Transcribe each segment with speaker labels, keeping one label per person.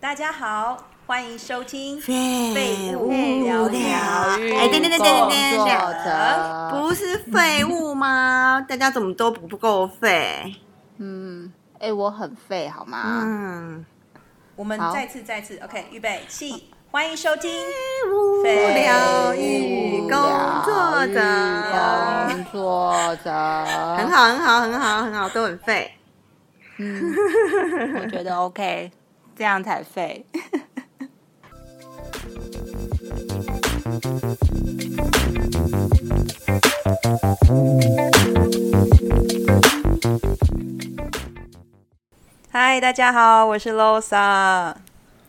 Speaker 1: 大家好，欢迎收听
Speaker 2: 废
Speaker 1: 物聊聊
Speaker 2: 聊哎，等等等等等等，
Speaker 3: 不，
Speaker 2: 不是废物吗？大家怎么都不够废？
Speaker 3: 嗯，哎、我很废好吗？
Speaker 2: 嗯，
Speaker 1: 我们
Speaker 3: 好
Speaker 1: 再次再次，OK，预备起，欢迎收听。
Speaker 2: 无聊与工作者，
Speaker 3: 工作者，
Speaker 2: 很
Speaker 3: 很，
Speaker 2: 好，很好，很好，很好，都很废。
Speaker 3: 嗯，我觉得 OK，这样才废。
Speaker 1: 嗨，大家好，我是 Losa。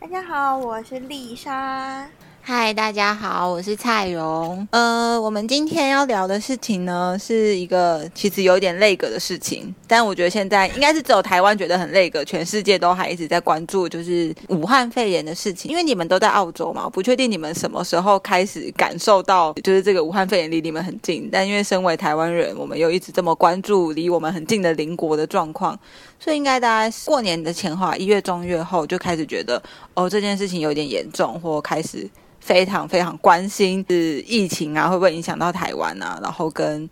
Speaker 2: 大家好，我是丽莎。
Speaker 3: 嗨，大家好，我是蔡荣。呃，我们今天要聊的事情呢，是一个其实有点累格的事情，但我觉得现在应该是只有台湾觉得很累格，全世界都还一直在关注，就是武汉肺炎的事情。因为你们都在澳洲嘛，我不确定你们什么时候开始感受到，就是这个武汉肺炎离你们很近。但因为身为台湾人，我们又一直这么关注离我们很近的邻国的状况，所以应该大家过年的前后啊，一月中月后就开始觉得，哦，这件事情有点严重，或开始非常非常关心是疫情啊，会不会影响到台湾啊？然后跟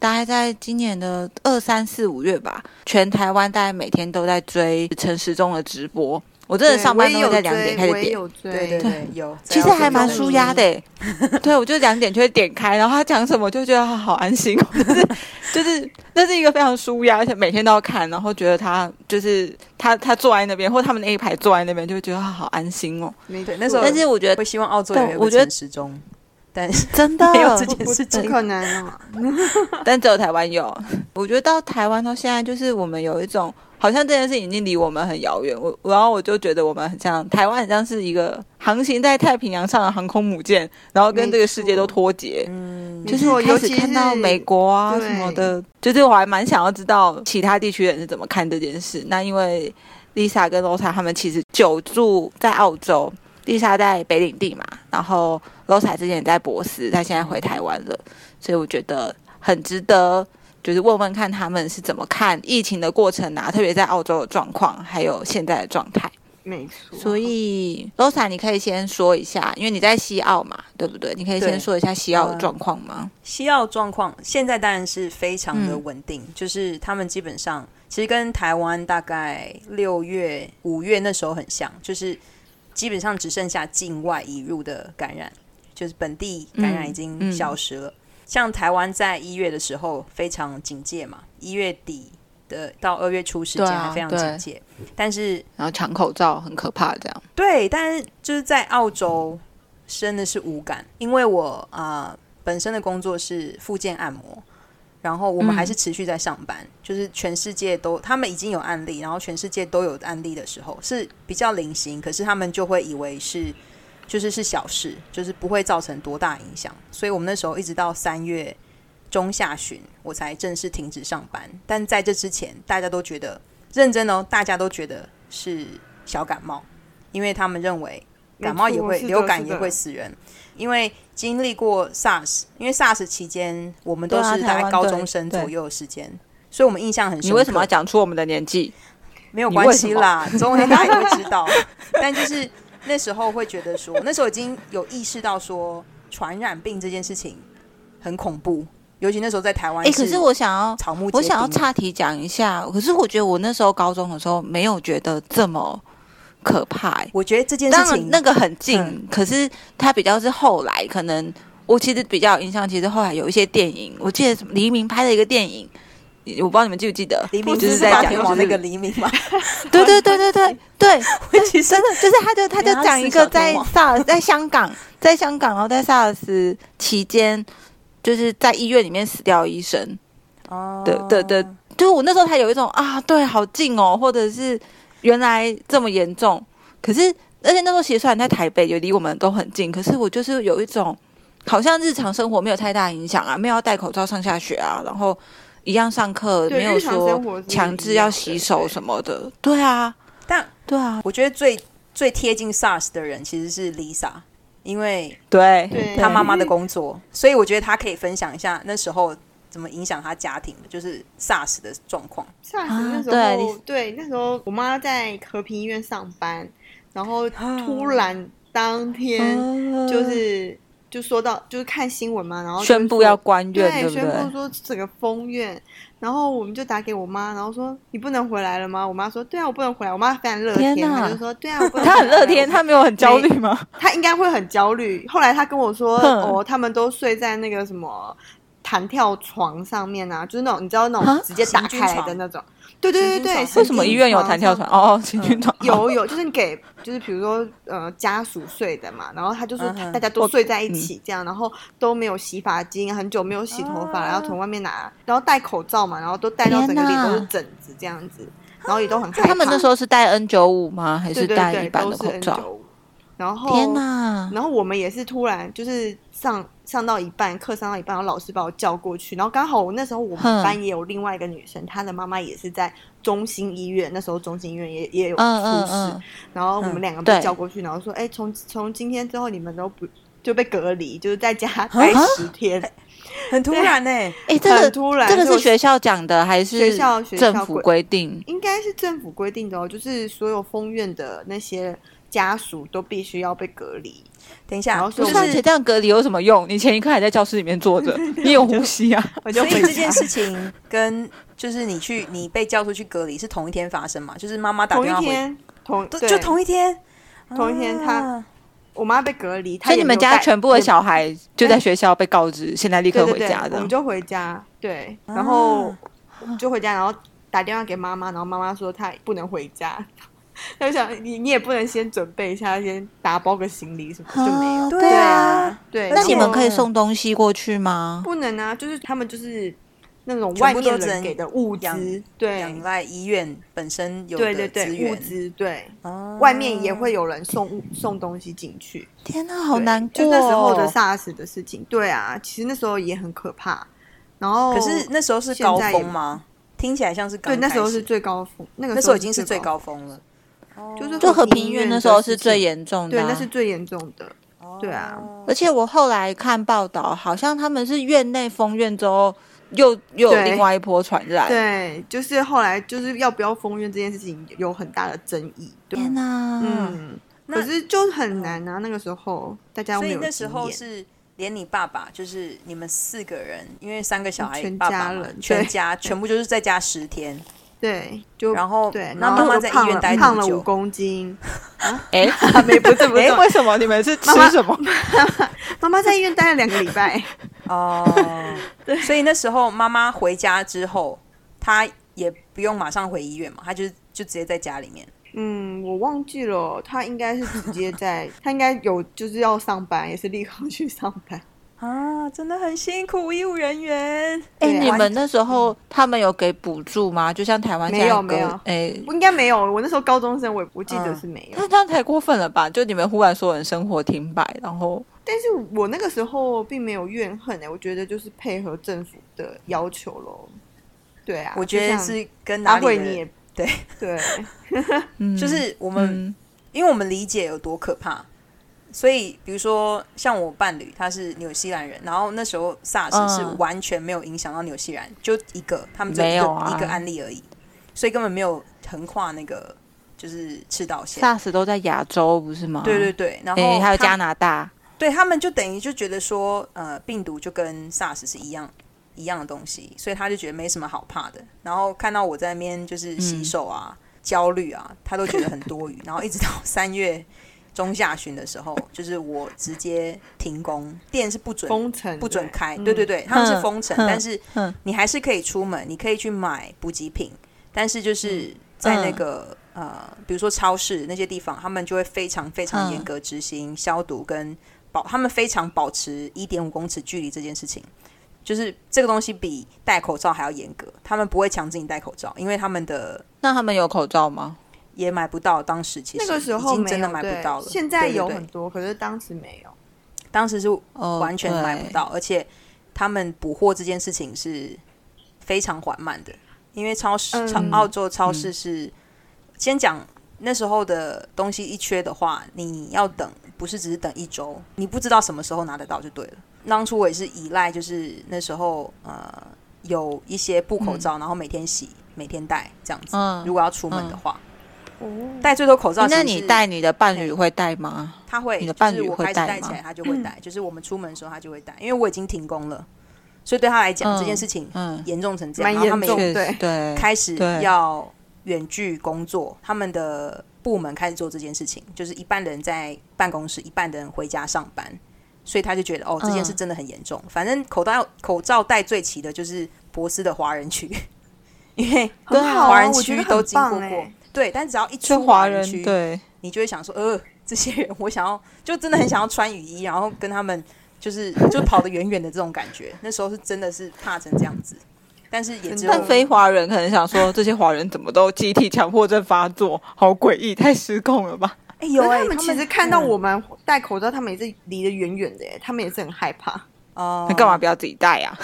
Speaker 3: 大概在今年的二三四五月吧，全台湾大概每天都在追陈时中的直播。我真的上班都会在两点开始
Speaker 2: 我也
Speaker 3: 点，
Speaker 2: 有追，
Speaker 1: 对对对，有。
Speaker 3: 其实还蛮舒
Speaker 1: 舒
Speaker 3: 压的、欸。对，我就两点就会点开，然后他讲什么就觉得他好安心，哦就是就是那是一个非常舒压，而且每天都要看，然后觉得他就是他他坐在那边，或他们那一排坐在那边，就会觉得他好安心哦。
Speaker 2: 没
Speaker 1: 对那时候
Speaker 3: 但是我觉得
Speaker 1: 会希望澳洲也
Speaker 3: 对
Speaker 1: 有
Speaker 3: 我
Speaker 1: 一
Speaker 3: 觉
Speaker 1: 个陈
Speaker 3: 得
Speaker 1: 时钟，但是
Speaker 3: 真的
Speaker 1: 没有这
Speaker 2: 不
Speaker 1: 件
Speaker 2: 不
Speaker 1: 事
Speaker 2: 不
Speaker 1: 情。
Speaker 2: 可能哦。
Speaker 3: 但只有台湾有。 我觉得到台湾到现在，就是我们有一种好像这件事情已经离我们很遥远。我然后我就觉得我们很像台湾，很像是一个航行在太平洋上的航空母舰，然后跟这个世界都脱节。
Speaker 1: 嗯，
Speaker 3: 就是
Speaker 2: 没错
Speaker 3: 开
Speaker 2: 尤
Speaker 3: 始
Speaker 2: 其
Speaker 3: 看到
Speaker 2: 是
Speaker 3: 美国啊
Speaker 2: 对
Speaker 3: 什么的，就是我还蛮想要知道其他地区人是怎么看这件事。那因为 Lisa 跟 Rosa 他们其实久住在澳洲，Lisa 在北领地嘛，然后 Rosa 之前也在博斯，她现在回台湾了，所以我觉得很值得。就是问问看他们是怎么看疫情的过程啊，特别在澳洲的状况，还有现在的状态。
Speaker 2: 没错，
Speaker 3: 所以 Rosa，你可以先说一下，因为你在西澳嘛，对不对？你可以
Speaker 1: 对
Speaker 3: 先说一下西澳的
Speaker 1: 嗯
Speaker 3: 状况吗？
Speaker 1: 西澳状况现在当然是非常
Speaker 3: 嗯
Speaker 1: 的稳定，就是他们基本上其实跟台湾大概六月、五月那时候很像，就是基本上只剩下境外移入的感染，就是本地感染已经
Speaker 3: 嗯嗯
Speaker 1: 消失了。像台湾在一月的时候非常警戒嘛，一月底的到二月初时间
Speaker 3: 对啊
Speaker 1: 还非常
Speaker 3: 对
Speaker 1: 警戒，但是
Speaker 3: 然后抢口罩很可怕，这样。
Speaker 1: 对，但是就是在澳洲真的是无感，因为我啊、呃本身的工作是复健按摩，然后我们
Speaker 3: 嗯
Speaker 1: 还是持续在上班，就是全世界都他们已经有案例，然后全世界都有案例的时候是比较零星，可是他们就会以为是就是是小事，就是不会造成多大影响，所以我们那时候一直到三月中下旬我才正式停止上班，但在这之前大家都觉得认真哦，大家都觉得是小感冒，因为他们认为感冒也会，
Speaker 2: 没错
Speaker 1: 流感
Speaker 2: 是的
Speaker 1: 也会死人。因为经历过 SARS，因为 SARS 期间我们都
Speaker 3: 对啊
Speaker 1: 是大
Speaker 3: 台
Speaker 1: 概
Speaker 3: 湾
Speaker 1: 高
Speaker 3: 对
Speaker 1: 中生
Speaker 3: 对
Speaker 1: 左右的时间，所以我们印象很深刻。
Speaker 3: 你为什么要讲出我们的年纪？
Speaker 1: 没有
Speaker 3: 你
Speaker 1: 关
Speaker 3: 为
Speaker 1: 系
Speaker 3: 什么
Speaker 1: 啦，总有一天大家也会知 道。但就是那时候会觉得说，那时候已经有意识到说传染病这件事情很恐怖，尤其那时候在台湾。
Speaker 3: 哎、可是我想要，
Speaker 1: 草木皆
Speaker 3: 我想要
Speaker 1: 兵
Speaker 3: 岔题讲一下。可是我觉得我那时候高中的时候没有觉得这么可怕、欸。
Speaker 1: 我觉得这件
Speaker 3: 当
Speaker 1: 事
Speaker 3: 然
Speaker 1: 情
Speaker 3: 那个很近，
Speaker 1: 嗯
Speaker 3: 可是它比较是后来，可能我其实比较有印象。其实后来有一些电影，我记得什么黎明拍的一个电影，我不知道你们记不记得，
Speaker 1: 黎明
Speaker 3: 就是
Speaker 1: 是
Speaker 3: 在
Speaker 1: 霸
Speaker 3: 讲
Speaker 1: 天王
Speaker 3: 就
Speaker 1: 那
Speaker 3: 是
Speaker 1: 个黎明 嘛，
Speaker 3: 对对对对对对，
Speaker 1: 其实
Speaker 3: 真的就是他就他就
Speaker 1: 原来
Speaker 3: 讲
Speaker 1: 是
Speaker 3: 一
Speaker 1: 小
Speaker 3: 个
Speaker 1: 天
Speaker 3: 在
Speaker 1: 王
Speaker 3: SARS 在香港，在香港然后在 SARS 期间，就是在医院里面死掉的医生。
Speaker 1: 哦
Speaker 3: 的的的，就是我那时候才有一种啊，对，好近哦，或者是原来这么严重。可是而且那时候其实虽然在台北，也离我们都很近，可是我就是有一种好像日常生活没有太大影响啊，没有要戴口罩上下学啊，然后一样上课，
Speaker 2: 对
Speaker 3: 没有
Speaker 2: 日常生活
Speaker 3: 说
Speaker 2: 是一
Speaker 3: 强制要
Speaker 2: 样的
Speaker 3: 洗手
Speaker 2: 对
Speaker 3: 什么的。对啊，
Speaker 1: 但
Speaker 3: 对啊，
Speaker 1: 我觉得最最贴近 SARS 的人其实是 Lisa，因为
Speaker 3: 对
Speaker 2: 对
Speaker 1: 她妈妈的
Speaker 3: 嗯
Speaker 1: 工作，所以我觉得她可以分享一下那时候怎么影响她家庭的，就是 SARS 的状况。
Speaker 2: s a r 那时候，
Speaker 3: 啊对你
Speaker 2: 对那时候我妈在和平医院上班，然后突然当天
Speaker 3: 哦
Speaker 2: 就是就说到就是看新闻嘛，然后就是
Speaker 3: 嗯宣布要关
Speaker 2: 对
Speaker 3: 院，对不
Speaker 2: 宣
Speaker 3: 对
Speaker 2: 布？说整个封院，然后我们就打给我妈，然后说你不能回来了吗？我妈说对啊，我不能回来。我妈非常乐
Speaker 3: 天
Speaker 2: 天，她
Speaker 3: 哪
Speaker 2: 就说对啊，我 不能
Speaker 3: 他很
Speaker 2: 回来
Speaker 3: 乐天，
Speaker 2: 我
Speaker 3: 他没有很焦虑吗？
Speaker 2: 他应该会很焦虑。后来他跟我说，
Speaker 3: 哼
Speaker 2: 哦，他们都睡在那个什么弹跳床上面啊，就是那种你知道那
Speaker 3: 啊
Speaker 2: 种直接打开来的那种。对对对对，
Speaker 1: 行军床
Speaker 2: 神
Speaker 3: 为什么
Speaker 2: 经
Speaker 3: 医院有弹跳
Speaker 2: 上
Speaker 3: 床？？哦哦，行军 床
Speaker 2: 有有，就是你给，就是比如说呃家属睡的嘛，然后他就说
Speaker 1: 嗯哼
Speaker 2: 大家都睡在一
Speaker 3: 哦嗯
Speaker 2: 起这样，然后都没有洗发精，很久没有洗头发，
Speaker 3: 哦
Speaker 1: 啊
Speaker 2: 然后从外面拿，然后戴口罩嘛，然后都戴到整个
Speaker 3: 天
Speaker 2: 脸
Speaker 3: 哪
Speaker 2: 都是疹子这样子，然后也都很害怕。
Speaker 3: 他们那时候是戴 N 九五吗？还
Speaker 2: 对
Speaker 3: 是
Speaker 2: 对
Speaker 3: 戴
Speaker 2: 对
Speaker 3: 一般
Speaker 2: 都
Speaker 3: 的
Speaker 2: 是
Speaker 3: 口罩？
Speaker 2: N95，然后
Speaker 3: 天哪！
Speaker 2: 然后我们也是突然就是上上到一半，课上到一半，然后老师把我叫过去，然后刚好我那时候我们
Speaker 3: 哼
Speaker 2: 班也有另外一个女生，她的妈妈也是在中心医院，那时候中心医院也也有出事，
Speaker 3: 嗯嗯嗯，
Speaker 2: 然后我们
Speaker 1: 嗯
Speaker 2: 两个被
Speaker 3: 对
Speaker 2: 叫过去，然后说，哎，从从今天之后你们都不就被隔离，就是在家
Speaker 3: 啊
Speaker 2: 待十天，
Speaker 1: 很突然欸呢、
Speaker 3: 哎，这个
Speaker 2: 很突然
Speaker 3: 这
Speaker 2: 所
Speaker 3: 个
Speaker 2: 以
Speaker 3: 是
Speaker 2: 我
Speaker 3: 学校讲的还是
Speaker 2: 学校学校
Speaker 3: 政府
Speaker 2: 规
Speaker 3: 规定？
Speaker 2: 应该是政府规定的哦，就是所有封院的那些家属都必须要被隔离，
Speaker 1: 等一
Speaker 2: 然
Speaker 1: 下
Speaker 2: 后，
Speaker 1: 就
Speaker 2: 说
Speaker 3: 不
Speaker 1: 是
Speaker 3: 是，而且这样隔离有什么用？你前一刻还在教室里面坐 着，你有呼吸啊？
Speaker 2: 我就
Speaker 1: 所以
Speaker 2: 回
Speaker 1: 这件
Speaker 2: 家
Speaker 1: 事情跟就是你去你被叫出去隔离是同一天发生嘛？就是妈妈打
Speaker 2: 同
Speaker 1: 电
Speaker 2: 一
Speaker 1: 话回，
Speaker 2: 天同
Speaker 1: 都
Speaker 2: 对
Speaker 1: 就同一天，
Speaker 2: 同一天她
Speaker 1: 啊
Speaker 2: 我妈被隔离，她
Speaker 3: 所以
Speaker 2: 也
Speaker 3: 你
Speaker 2: 没
Speaker 3: 们
Speaker 2: 有
Speaker 3: 家
Speaker 2: 带
Speaker 3: 全部的
Speaker 2: 也
Speaker 3: 小孩就在学校被告知，现在立刻
Speaker 2: 对对
Speaker 3: 回
Speaker 2: 对，
Speaker 3: 家
Speaker 2: 我
Speaker 3: 的
Speaker 2: 们。就回家，对，然后
Speaker 1: 啊
Speaker 2: 就回家，然后打电话给妈妈，然后妈妈说她不能回家， 她就想你你也不能先准备一下，先打包个行李什么就没
Speaker 3: 哦
Speaker 2: 有，
Speaker 1: 对啊，
Speaker 2: 对，
Speaker 3: 那
Speaker 2: 然
Speaker 3: 你们
Speaker 2: 后
Speaker 3: 可以送东西过去吗？
Speaker 2: 不能啊，就是他们就是那种
Speaker 1: 全
Speaker 2: 外
Speaker 1: 部
Speaker 2: 面
Speaker 1: 都只
Speaker 2: 人
Speaker 1: 能
Speaker 2: 给的物
Speaker 1: 养
Speaker 2: 资，对
Speaker 1: 仰赖医院本身有
Speaker 2: 对
Speaker 1: 的
Speaker 2: 对
Speaker 1: 资
Speaker 2: 对，物
Speaker 1: 源，
Speaker 2: 资对，
Speaker 1: 啊
Speaker 2: 外面也会有人送物送东西进去，
Speaker 3: 天哪，好
Speaker 2: 对
Speaker 3: 难
Speaker 2: 就
Speaker 3: 过哦。
Speaker 2: 那时候的 SARS 的事情，对啊，其实那时候也很可怕。然后，
Speaker 1: 可是那时候是
Speaker 2: 现
Speaker 1: 高
Speaker 2: 在也
Speaker 1: 峰吗？听起来像是刚
Speaker 2: 对，那时候
Speaker 1: 开始
Speaker 2: 是最高峰，那个
Speaker 1: 那时
Speaker 2: 时候
Speaker 1: 候已经是最
Speaker 2: 最
Speaker 1: 高，峰了，
Speaker 2: 就是
Speaker 3: 就和
Speaker 2: 和
Speaker 3: 平医
Speaker 2: 医
Speaker 3: 院
Speaker 2: 院
Speaker 3: 那时候是
Speaker 2: 的事情
Speaker 3: 最，严重的
Speaker 2: 对，
Speaker 3: 啊、
Speaker 2: 那是最严重的。对啊
Speaker 1: 哦
Speaker 3: 而且我后来看报道，好像他们是院内封院之后，又又有
Speaker 2: 对
Speaker 3: 另外一波传染。，
Speaker 2: 对，就是后来就是要不要封院这件事情有很大的争议。对，啊
Speaker 3: 天哪、
Speaker 2: 嗯，
Speaker 1: 那嗯
Speaker 2: 可是就很难啊，那个时候大家又
Speaker 1: 所
Speaker 2: 没
Speaker 1: 以
Speaker 2: 有
Speaker 1: 那时候
Speaker 2: 经验
Speaker 1: 是连你爸爸，就是你们四个人，因为三个小孩，
Speaker 2: 全
Speaker 1: 爸爸
Speaker 2: 家
Speaker 1: 嘛
Speaker 2: 人
Speaker 1: 全
Speaker 2: 对
Speaker 1: 家全部就是在家十天，
Speaker 2: 对，就
Speaker 1: 然后
Speaker 2: 对，
Speaker 1: 那
Speaker 2: 然后
Speaker 1: 妈妈
Speaker 2: 就
Speaker 1: 在医
Speaker 2: 胖
Speaker 1: 院
Speaker 2: 了
Speaker 1: 待多
Speaker 2: 胖了
Speaker 1: 久
Speaker 2: 五公斤，
Speaker 3: 哎、
Speaker 2: 啊，没不 是不
Speaker 3: 哎、
Speaker 2: 是，
Speaker 3: 为什么你们是吃
Speaker 2: 妈妈
Speaker 3: 什么？
Speaker 2: 妈妈在医院待了两个礼 拜，
Speaker 1: 哦，所以那时候妈妈回家之后，她也不用马上回医院嘛，她就就直接在家里面。
Speaker 2: 嗯，我忘记了，他应该是直接在，他应该有就是要上班，也是立刻去上班。
Speaker 1: 啊，真的很辛苦，医务人员。
Speaker 3: 哎、
Speaker 2: 对啊
Speaker 3: 你们那时候他们有给补助吗？就像台湾
Speaker 2: 没
Speaker 3: 现在
Speaker 2: 有
Speaker 3: 隔
Speaker 2: 没有
Speaker 3: 哎、
Speaker 2: 我应该没有，我那时候高中生，我也不记得
Speaker 1: 嗯
Speaker 2: 是没有。
Speaker 3: 那这样太过分了吧？就你们忽然所有人生活停摆，然后
Speaker 2: 但是我那个时候并没有怨恨哎、我觉得就是配合政府的要求咯。对啊，
Speaker 1: 我觉
Speaker 2: 就
Speaker 1: 得
Speaker 2: 像
Speaker 1: 是跟哪
Speaker 2: 阿
Speaker 1: 里
Speaker 2: 慧
Speaker 1: 的
Speaker 2: 你
Speaker 1: 人，
Speaker 2: 也
Speaker 1: 对
Speaker 2: 对，
Speaker 3: 嗯，
Speaker 1: 就是我们，
Speaker 3: 嗯，
Speaker 1: 因为我们理解有多可怕。所以，比如说像我伴侣，他是纽西兰人，然后那时候 SARS 是
Speaker 3: 嗯
Speaker 1: 完全没有影响到纽西兰，就一个，他们就
Speaker 3: 没
Speaker 1: 一个
Speaker 3: 有啊
Speaker 1: 一个案例而已，所以根本没有横跨那个就是赤道线。
Speaker 3: SARS 都在亚洲不是吗？
Speaker 1: 对对对，然
Speaker 3: 哎、
Speaker 1: 后
Speaker 3: 还
Speaker 1: 他
Speaker 3: 有加拿大，
Speaker 1: 对他们就等于就觉得说，呃，病毒就跟 SARS 是一样一样的东西，所以他就觉得没什么好怕的。然后看到我在那边就是洗手啊、焦虑啊，他都觉得很多余。然后一直到三月中下旬的时候，就是我直接停工，店是不准
Speaker 2: 封城
Speaker 1: 不准开，
Speaker 2: 嗯
Speaker 1: 对对对，他们是封城，
Speaker 3: 哼
Speaker 1: 但是
Speaker 3: 哼
Speaker 1: 你还是可以出门，你可以去买补给品，但是就是
Speaker 2: 嗯
Speaker 1: 在那个、呃，比如说超市那些地方，他们就会非常非常
Speaker 3: 嗯
Speaker 1: 严格执行消毒跟保，他们非常保持一点五公尺距离这件事情。就是这个东西比戴口罩还要严格，他们不会强制你戴口罩，因为他们的
Speaker 3: 那他们有口罩吗？
Speaker 1: 也买不到。当时其实
Speaker 2: 那个时
Speaker 1: 已
Speaker 2: 候
Speaker 1: 经
Speaker 2: 没
Speaker 1: 真的
Speaker 2: 有，
Speaker 1: 买
Speaker 2: 对
Speaker 1: 不到了，
Speaker 2: 现在
Speaker 1: 对对
Speaker 2: 有
Speaker 1: 对
Speaker 2: 很多，可是当时没有。
Speaker 1: 当时是
Speaker 3: 哦，
Speaker 1: 完全买不
Speaker 3: 对
Speaker 1: 到，而且他们补货这件事情是非常缓慢的，因为超市、
Speaker 2: 嗯
Speaker 1: 超澳洲超市是、先讲那时候的东西一缺的话，你要等，不是只是等一周，你不知道什么时候拿得到就对了。当初我也是依赖，就是那时候呃有一些布口罩，然后每天洗、每天戴这样子。
Speaker 3: 嗯
Speaker 1: 如果要出门的话，戴最多口罩。
Speaker 3: 那你戴，你的伴侣会戴吗？
Speaker 1: 他会，
Speaker 3: 你的伴
Speaker 1: 就是
Speaker 3: 侣
Speaker 1: 我
Speaker 3: 会
Speaker 1: 开始
Speaker 3: 戴
Speaker 1: 戴起
Speaker 3: 吗
Speaker 1: 来，他就会戴。就是我们出门的时候，他就会戴，因为我已经停工了，所以对他来讲、
Speaker 3: 嗯
Speaker 1: 这件事情
Speaker 3: 嗯，
Speaker 1: 严重成这
Speaker 2: 蛮
Speaker 1: 样，然后他们
Speaker 2: 严重
Speaker 1: 也
Speaker 3: 确
Speaker 2: 对
Speaker 3: 实对，
Speaker 1: 开始
Speaker 3: 对
Speaker 1: 要远距工作，他们的部门开始做这件事情，就是一半的人在办公室，一半的人回家上班，所以他就觉得哦，这件事
Speaker 3: 嗯
Speaker 1: 真的很严重。反正口罩口罩戴最齐的就是博斯的华人区， 因为
Speaker 3: 对
Speaker 2: 很好
Speaker 1: 华
Speaker 2: 啊
Speaker 1: 人
Speaker 2: 我
Speaker 1: 区
Speaker 2: 觉得
Speaker 1: 都
Speaker 2: 很
Speaker 1: 经过
Speaker 2: 棒
Speaker 1: 过，
Speaker 2: 哎，
Speaker 1: 对，但只要一
Speaker 3: 就
Speaker 1: 出
Speaker 3: 华
Speaker 1: 人
Speaker 3: 人
Speaker 1: 区，
Speaker 3: 对，
Speaker 1: 你就会想说， 呃，这些人我想要，就真的很想要穿雨衣，然后跟他们就是就跑得远远的这种感觉。那时候是真的是怕成这样子，但是也只
Speaker 2: 真
Speaker 1: 有
Speaker 2: 的
Speaker 3: 但非华人可能想说，这些华人怎么都集体强迫症发作，好诡异，太失控了吧？
Speaker 1: 哎有
Speaker 2: 可
Speaker 1: 哎、
Speaker 2: 是他们其实看到我们戴口罩，他们也是离得远远的耶，他们也是很害怕。
Speaker 1: 哦
Speaker 3: 那 干嘛？不要自己啊戴呀、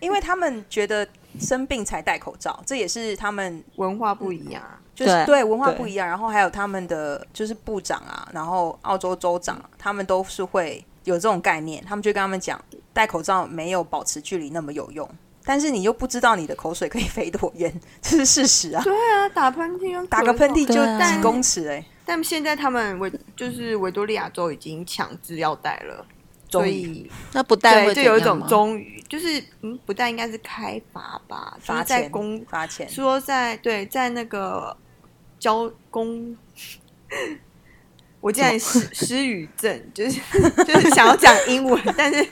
Speaker 1: 因为他们觉得生病才戴口罩，这也是他们
Speaker 2: 文化不一样啊，
Speaker 1: 就是对
Speaker 3: 对
Speaker 1: 文化
Speaker 3: 对
Speaker 1: 不一样。然后还有他们的就是部长啊，然后澳洲州长啊，他们都是会有这种概念，他们就跟他们讲，戴口罩没有保持距离那么有用。但是你又不知道你的口水可以飞多远，这是事实啊！
Speaker 2: 对啊，打喷嚏跟
Speaker 1: 打个
Speaker 2: 咳
Speaker 1: 喷嚏就
Speaker 3: 对啊
Speaker 1: 几公尺哎、
Speaker 2: 但现在他们维就是维多利亚州已经强制要戴了，
Speaker 1: 终
Speaker 2: 所
Speaker 1: 于
Speaker 2: 以
Speaker 3: 那不戴
Speaker 2: 对
Speaker 3: 会
Speaker 2: 就
Speaker 3: 怎样
Speaker 2: 有
Speaker 3: 吗
Speaker 2: 一种终于就是嗯不戴应该是开罚吧，就
Speaker 1: 罚
Speaker 2: 是在
Speaker 1: 钱
Speaker 2: 公
Speaker 1: 罚钱，
Speaker 2: 说在对在那个交公。我竟然失失语症，就是 就是想要讲英文，但是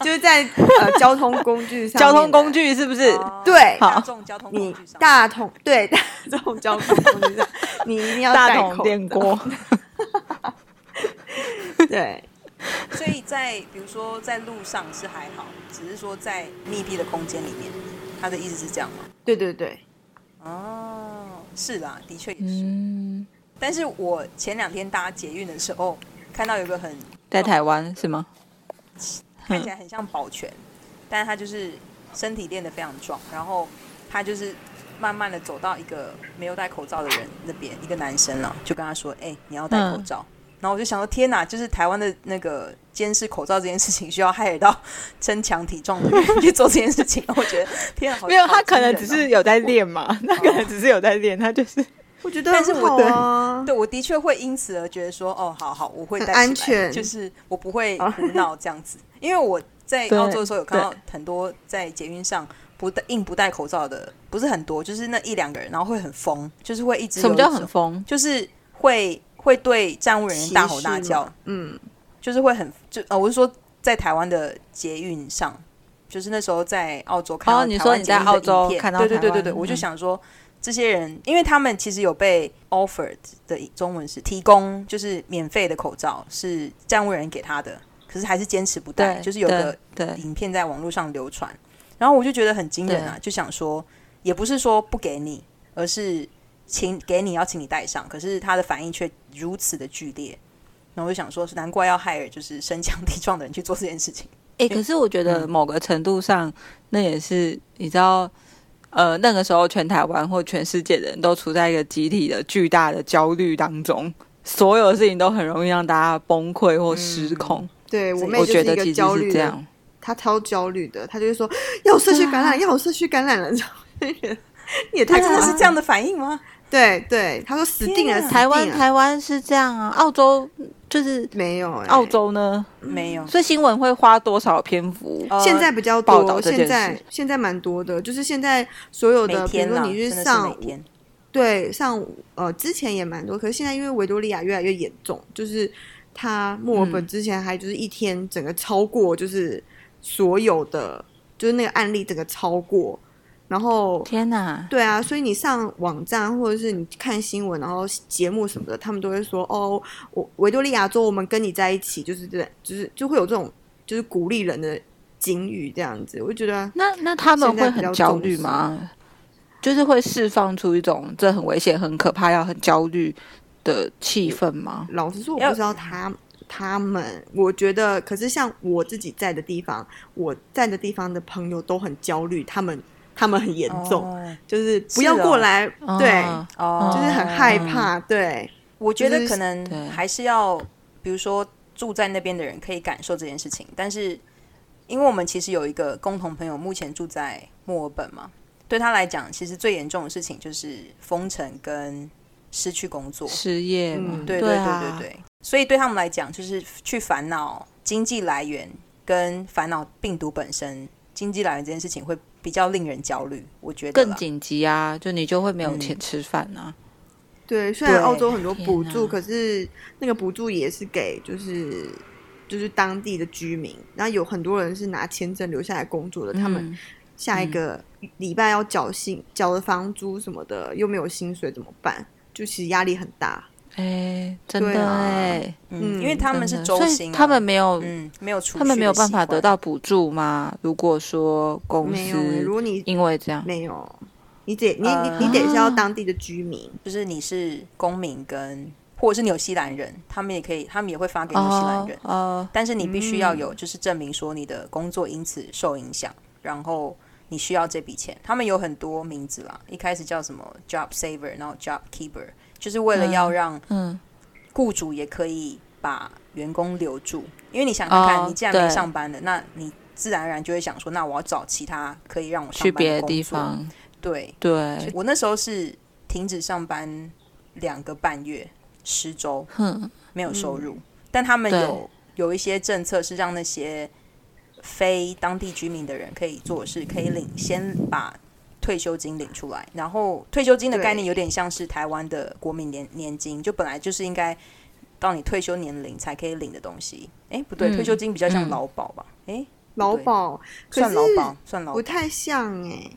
Speaker 2: 就是在呃交通工具上，
Speaker 3: 交通工，具是不是？
Speaker 1: 哦
Speaker 2: 对
Speaker 1: 大
Speaker 3: 好
Speaker 1: 众交通工
Speaker 2: 你
Speaker 1: 具上
Speaker 2: 大同对大众交通工具上，你一定要
Speaker 3: 大
Speaker 2: 戴
Speaker 3: 桶
Speaker 2: 口
Speaker 3: 电
Speaker 2: 罩
Speaker 3: 锅，
Speaker 2: 对，
Speaker 1: 所以在比如说在路上是还好，只是说在密闭的空间里面，他的意思是这样吗？
Speaker 2: 对对对，
Speaker 1: 哦，是啦，的确也是。
Speaker 3: 嗯，
Speaker 1: 但是我前两天搭捷运的时候，看到有个很
Speaker 3: 在台湾是吗？
Speaker 1: 看起来很像保全，但是他就是身体练得非常壮，然后他就是慢慢的走到一个没有戴口罩的人那边，一个男生了，就跟他说：“哎、你要戴口罩。
Speaker 3: 嗯
Speaker 1: 然后我就想说，天哪！就是台湾的那个监视口罩这件事情，需要害得到 身强体壮的人去做这件事情。我觉得，天啊，好
Speaker 3: 没有，
Speaker 1: 好
Speaker 3: 他可能只
Speaker 1: 惊人哦
Speaker 3: 是有在练嘛，他可能只是有在练，他就是
Speaker 2: 我觉得
Speaker 1: 但是
Speaker 2: 很
Speaker 1: 我
Speaker 2: 好
Speaker 3: 对
Speaker 2: 啊，
Speaker 1: 对，我的确会因此而觉得说，哦，好好，我会
Speaker 2: 很
Speaker 1: 带起来
Speaker 2: 安全
Speaker 1: 就是我不会
Speaker 2: 啊
Speaker 1: 胡闹这样子。因为我在
Speaker 3: 哦对
Speaker 1: 澳洲的时候有看
Speaker 3: 对
Speaker 1: 到很多在捷运上不戴硬不戴口罩的，不是很多，就是那一两个人，然后会很疯，就是会一直
Speaker 3: 什么
Speaker 1: 有一
Speaker 3: 叫很
Speaker 1: 种
Speaker 3: 疯？
Speaker 1: 就是会会对站务人员大吼大
Speaker 2: 歧视
Speaker 1: 叫
Speaker 2: 嘛，，嗯，
Speaker 1: 就是会很就呃，我是说在台湾的捷运上，就是那时候在澳洲看到
Speaker 3: 哦你
Speaker 1: 台
Speaker 3: 说
Speaker 1: 湾
Speaker 3: 你
Speaker 1: 捷运
Speaker 3: 在
Speaker 1: 的
Speaker 3: 澳
Speaker 1: 影
Speaker 3: 洲
Speaker 1: 片
Speaker 3: 看到
Speaker 1: 对对
Speaker 3: 台
Speaker 1: 对对对，
Speaker 3: 湾
Speaker 1: 我就
Speaker 3: 嗯
Speaker 1: 想说这些人，因为他们其实有被 offered 的中文是提供就是免费的口罩，是站务人给他的，可是还是坚持不戴，
Speaker 3: 对，
Speaker 1: 就是有个
Speaker 3: 对对
Speaker 1: 影片在网络上流传，然后我就觉得很惊人啊，就想说，也不是说不给你，而是请给你要请你戴上，可是他的反应却如此的剧烈，然后我就想说，是难怪要害尔就是身强体壮的人去做这件事情，
Speaker 3: 哎、可是我觉得
Speaker 2: 嗯
Speaker 3: 某个程度上，那也是你知道，呃，那个时候全台湾或全世界的人都处在一个集体的巨大的焦虑当中，所有的事情都很容易让大家崩溃或失控。
Speaker 2: 对我嗯妹
Speaker 3: 我
Speaker 2: 就
Speaker 3: 觉
Speaker 2: 是一
Speaker 3: 得
Speaker 2: 个
Speaker 3: 其实
Speaker 2: 焦虑
Speaker 3: 是这
Speaker 2: 的，啊
Speaker 3: 样，
Speaker 2: 她超焦虑的，她就会说要有社区感
Speaker 1: 啊
Speaker 2: 染，要有社区感染了， 然后我就觉得你也
Speaker 1: 他
Speaker 2: 太
Speaker 1: 真的是
Speaker 2: 夸
Speaker 1: 这样的反应吗？
Speaker 2: 对对，她说死定
Speaker 1: 天
Speaker 2: 了
Speaker 1: 啊，
Speaker 2: 死
Speaker 3: 台湾
Speaker 2: 定了
Speaker 3: 台湾是这样啊，澳洲就是
Speaker 2: 没有欸
Speaker 3: 澳洲呢，
Speaker 1: 没有，
Speaker 3: 所以新闻会花多少篇幅？
Speaker 1: 呃
Speaker 2: 现在比较
Speaker 3: 报道
Speaker 2: 多，
Speaker 3: 这件
Speaker 2: 现
Speaker 3: 事
Speaker 2: 在现在蛮多的，就是现在所有
Speaker 1: 每
Speaker 2: 的，比
Speaker 1: 天
Speaker 2: 如说
Speaker 1: 啦，
Speaker 2: 你
Speaker 1: 真的
Speaker 2: 去
Speaker 1: 是每
Speaker 2: 上
Speaker 1: 天，
Speaker 2: 对，像呃之前也蛮多，可是现在因为维多利亚越来越严重，就是它墨尔本之前还就是一天整个超过，就是所有的就是那个案例整个超过，然后
Speaker 3: 天哪！
Speaker 2: 对啊，所以你上网站或者是你看新闻，然后节目什么的，他们都会说哦，我维多利亚州我们跟你在一起，就是对，就是就会有这种就是鼓励人的警语这样子，我就觉得
Speaker 3: 那那他们
Speaker 2: 现在
Speaker 3: 会
Speaker 2: 比
Speaker 3: 很
Speaker 2: 较
Speaker 3: 焦
Speaker 2: 重
Speaker 3: 虑
Speaker 2: 视
Speaker 3: 吗？就是会释放出一种这很危险、很可怕、要很焦虑的气氛吗？
Speaker 2: 老实说，我
Speaker 1: 要
Speaker 2: 不知道他他们，我觉得，可是像我自己在的地方，我在的地方的朋友都很焦虑，他们他们很严重，就是不要
Speaker 1: 是哦
Speaker 2: 过来，对，
Speaker 3: 啊
Speaker 1: 哦，
Speaker 2: 就是很害怕，对，
Speaker 1: 我觉得
Speaker 2: 就是
Speaker 1: 可能
Speaker 3: 对
Speaker 1: 还是要，比如说住在那边的人可以感受这件事情，但是因为我们其实有一个共同朋友，目前住在墨尔本嘛，对他来讲，其实最严重的事情就是封城跟失去工作。
Speaker 3: 失业嘛，
Speaker 2: 嗯
Speaker 1: 对
Speaker 3: 对
Speaker 1: 对
Speaker 3: 啊
Speaker 1: 对对对，所以对他们来讲，就是去烦恼经济来源跟烦恼病毒本身，经济来源这件事情会比较令人焦虑，我觉得啦
Speaker 3: 更紧急啊，就你就会没有
Speaker 1: 嗯
Speaker 3: 钱吃饭啊。
Speaker 2: 对，虽然
Speaker 1: 对
Speaker 2: 澳洲很多补
Speaker 3: 天
Speaker 2: 助，
Speaker 3: 啊
Speaker 2: 可是那个补助也是给就是就是当地的居民，然后有很多人是拿签证留下来工作的，他们
Speaker 3: 嗯
Speaker 2: 下一个礼拜要缴薪缴的房租什么的，又没有薪水怎么办？就其实压力很大。
Speaker 3: 哎、真
Speaker 2: 对
Speaker 3: 的
Speaker 2: 啊
Speaker 3: 哎、
Speaker 1: 嗯，
Speaker 2: 嗯
Speaker 1: 因为他们是
Speaker 3: 真的
Speaker 1: 周
Speaker 3: 所以
Speaker 1: 薪啊、
Speaker 3: 他们没有，
Speaker 1: 嗯没有储蓄，
Speaker 3: 他们没有办法得。到补助吗？如果说公
Speaker 2: 没有，如
Speaker 3: 司
Speaker 2: 果你
Speaker 3: 因为这样，
Speaker 2: 没有，你得你
Speaker 1: 呃
Speaker 2: 你你得是要当地的居民。
Speaker 1: 就是你是公民跟或者是纽西兰人，他们也可以，他们也会发给纽西兰
Speaker 3: 哦
Speaker 1: 人，
Speaker 3: 哦，
Speaker 1: 但是你必须要有就是证明说你的工作因此受影响，然后你需要这笔钱。他们有很多名字啦，一开始叫什么 job saver，然后 job keeper，就是为了要让
Speaker 3: 嗯，
Speaker 1: 雇主也可以把员工留住，因为你想看看，
Speaker 3: 哦
Speaker 1: 你既然没
Speaker 3: 对
Speaker 1: 上班了，那你自然而然就会想说，那我要找其他可以让我上
Speaker 3: 去
Speaker 1: 班
Speaker 3: 别的
Speaker 1: 工
Speaker 3: 地
Speaker 1: 作。
Speaker 3: 方，
Speaker 1: 对，
Speaker 3: 对，
Speaker 1: 我那时候是停止上班两个半月，十周
Speaker 3: 哼，
Speaker 1: 没有收入，但他们
Speaker 3: 嗯对
Speaker 1: 有有一些政策是让那些非当地居民的人可以做的事，可以领先把退休金领出来。然后退休金的
Speaker 2: 对
Speaker 1: 概念有点像是台湾的国民年年金，就本来就是应该到你退休年龄才可以领的东西。诶，不对，
Speaker 3: 嗯
Speaker 1: 退休金比较像
Speaker 3: 嗯
Speaker 1: 劳保吧？诶，
Speaker 2: 劳保可
Speaker 1: 算
Speaker 2: 是
Speaker 1: 劳保，算劳
Speaker 2: 不
Speaker 1: 保。
Speaker 2: 太像哎、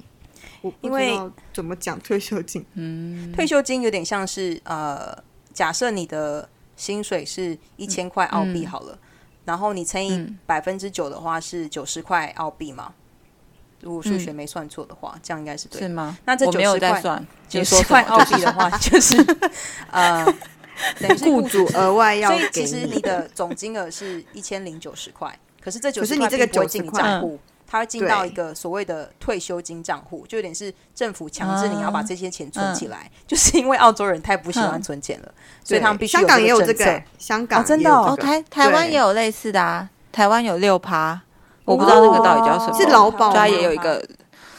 Speaker 2: 我不
Speaker 1: 因
Speaker 2: 知
Speaker 1: 为
Speaker 2: 道怎么讲退休金。
Speaker 3: 嗯，
Speaker 1: 退休金有点像是呃，假设你的薪水是一千块澳币
Speaker 3: 嗯
Speaker 1: 好了，然后你乘以
Speaker 3: 嗯
Speaker 1: 百分之九的话是九十块澳币嘛。如果数学没算错的话，这样应该是对
Speaker 3: 嗯是
Speaker 1: 的。
Speaker 3: 吗？
Speaker 1: 那这
Speaker 3: 我没有
Speaker 1: 90
Speaker 3: 在
Speaker 1: 块
Speaker 3: 算，
Speaker 1: 九
Speaker 3: 你
Speaker 1: 十
Speaker 3: 说
Speaker 1: 块
Speaker 3: 快
Speaker 1: 澳币的话，就是 呃，等于是
Speaker 2: 雇主额外要
Speaker 1: 所以
Speaker 2: 给
Speaker 1: 其实你的总金额是一千零九十块，可是这九
Speaker 2: 可
Speaker 1: 十
Speaker 2: 是
Speaker 1: 块
Speaker 2: 你这个
Speaker 1: 并不会进你
Speaker 2: 90块
Speaker 1: 账户，它会进到
Speaker 2: 对
Speaker 1: 一个所谓的退休金账户，就有点是政府强制你要把这些钱存起来，就是因为澳洲人太不喜欢存钱了，所以他们必须
Speaker 2: 香港也有
Speaker 1: 这个
Speaker 2: 这
Speaker 1: 政策
Speaker 2: 个欸，香港、
Speaker 1: 哦真的哦
Speaker 3: 哦，台台湾也有类似的啊，台湾有六趴，我不
Speaker 1: 哦
Speaker 3: 知道那个到底叫什么，
Speaker 2: 是劳保吗
Speaker 3: 就它也有一个，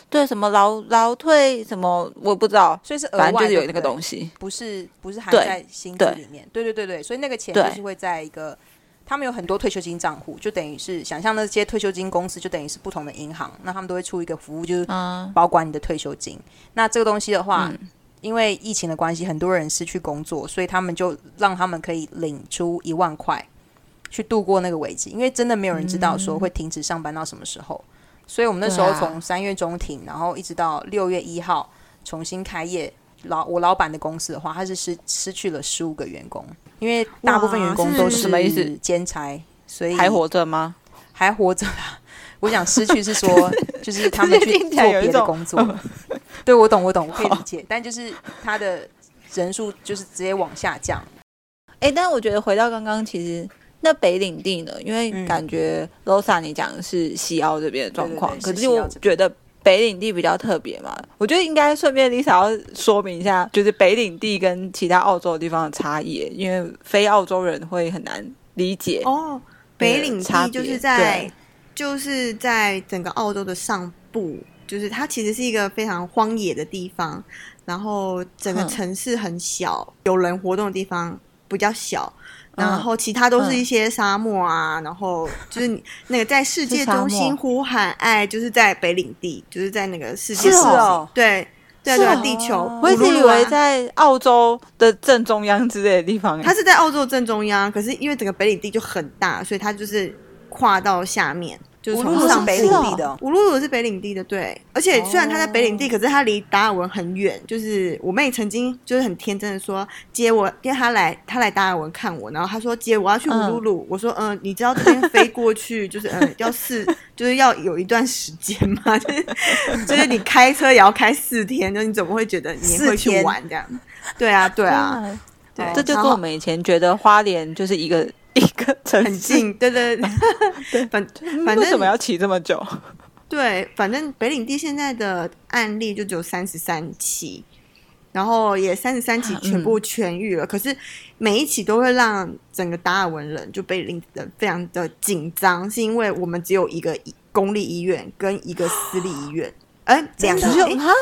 Speaker 3: 对什么劳劳退什么，我不知道，
Speaker 1: 所以是额外
Speaker 3: 反正就是有那
Speaker 1: 的
Speaker 3: 个
Speaker 1: 对
Speaker 3: 东西，
Speaker 1: 不是不是含
Speaker 3: 对
Speaker 1: 在薪资里面。对对对对，所以那个钱
Speaker 3: 对
Speaker 1: 就是会在一个，他们有很多退休金账户，就等于是想象那些退休金公司就等于是不同的银行，那他们都会出一个服务，就是
Speaker 3: 嗯
Speaker 1: 保管你的退休金。那这个东西的话，因为疫情的关系，很多人失去工作，所以他们就让他们可以领出一万块去度过那个危机，因为真的没有人知道说会停止上班到什么时候。所以我们那时候
Speaker 3: 嗯对啊
Speaker 1: 从三月中停，然后一直到六月一号重新开业。老我老板的公司的话，他是失失去了十五个员工，因为大部分
Speaker 2: 哇
Speaker 1: 员工都
Speaker 2: 是
Speaker 1: 是
Speaker 3: 什么意思
Speaker 1: 兼差，所以
Speaker 3: 还活着吗？
Speaker 1: 还活着啦。 我想失去是说，就是他们去
Speaker 3: 听起
Speaker 1: 做
Speaker 3: 来有一
Speaker 1: 别的
Speaker 3: 种
Speaker 1: 工作。 对，我懂，我懂，我可以理解。但就是他的人数就是直接往下降。
Speaker 3: 哎、但我觉得回到刚刚，其实那北领地呢，因为
Speaker 1: 嗯
Speaker 3: 感觉 Losa 你讲的是西澳这边的状况，
Speaker 1: 对对对
Speaker 3: 可
Speaker 1: 是
Speaker 3: 是
Speaker 1: 西澳
Speaker 3: 我
Speaker 1: 这边
Speaker 3: 觉得北领地比较特别嘛。我觉得应该顺便 Lisa 要说明一下，就是北领地跟其他澳洲地方的差异，因为非澳洲人会很难理解。
Speaker 2: 哦，北领
Speaker 3: 差
Speaker 2: 地
Speaker 3: 别
Speaker 2: 就是在
Speaker 3: 对
Speaker 2: 就是在整个澳洲的上部，就是它其实是一个非常荒野的地方，然后整个
Speaker 3: 哼
Speaker 2: 城市很小，有人活动的地方比较小。
Speaker 3: 嗯
Speaker 2: 然后其他都是一些沙漠啊，然后就是你那个在世界
Speaker 3: 是沙
Speaker 2: 中
Speaker 3: 漠
Speaker 2: 心呼喊爱，就是在北领地，就是在那个世界
Speaker 1: 是
Speaker 2: 中心，
Speaker 1: 哦
Speaker 2: 对对
Speaker 3: 是
Speaker 2: 对，
Speaker 3: 哦
Speaker 2: 地球。
Speaker 3: 我一直
Speaker 2: 乌鲁
Speaker 3: 以
Speaker 2: 鲁啊
Speaker 3: 为在澳洲的正中央之类的地方、
Speaker 2: 它是在澳洲正中央，可是因为整个北领地就很大，所以它就是跨到下面，就是
Speaker 1: 乌
Speaker 2: 从
Speaker 1: 鲁鲁是
Speaker 2: 上
Speaker 1: 北
Speaker 2: 部
Speaker 1: 领地的哦，哦
Speaker 2: 乌鲁鲁是北领地的，对。而且虽然它在北领地，可是它离达尔文很远。就是我妹曾经就是很天真的说接我，因为她来她来达尔文看我，然后她说姐我要去乌鲁鲁，我说嗯、你知道这边飞过去 就是嗯、要四就是要有一段时间嘛， 就是就是你开车也要开四天，就你怎么会觉得你
Speaker 1: 四
Speaker 2: 会去
Speaker 1: 天
Speaker 2: 玩这样？对啊，对啊，
Speaker 3: 啊，
Speaker 2: 对，
Speaker 3: 这就
Speaker 2: 然后
Speaker 3: 跟我们以前觉得花莲就是一个 一个城
Speaker 2: 很
Speaker 3: 市，
Speaker 2: 近，对对对， 反
Speaker 3: 嗯
Speaker 2: 反
Speaker 3: 为什么
Speaker 2: 正
Speaker 3: 要骑这么久？
Speaker 2: 对，反正北领地现在的案例就只有三十三起，然后也三十三
Speaker 3: 啊
Speaker 2: 起
Speaker 3: 嗯
Speaker 2: 全部痊愈了。可是每一起都会让整个达尔文人就北领地人非常的紧张，是因为我们 只有一个医公立医院跟一个私立医院，哎、两
Speaker 1: 真
Speaker 2: 个
Speaker 1: 的
Speaker 3: 只有
Speaker 2: 诶
Speaker 3: 啊，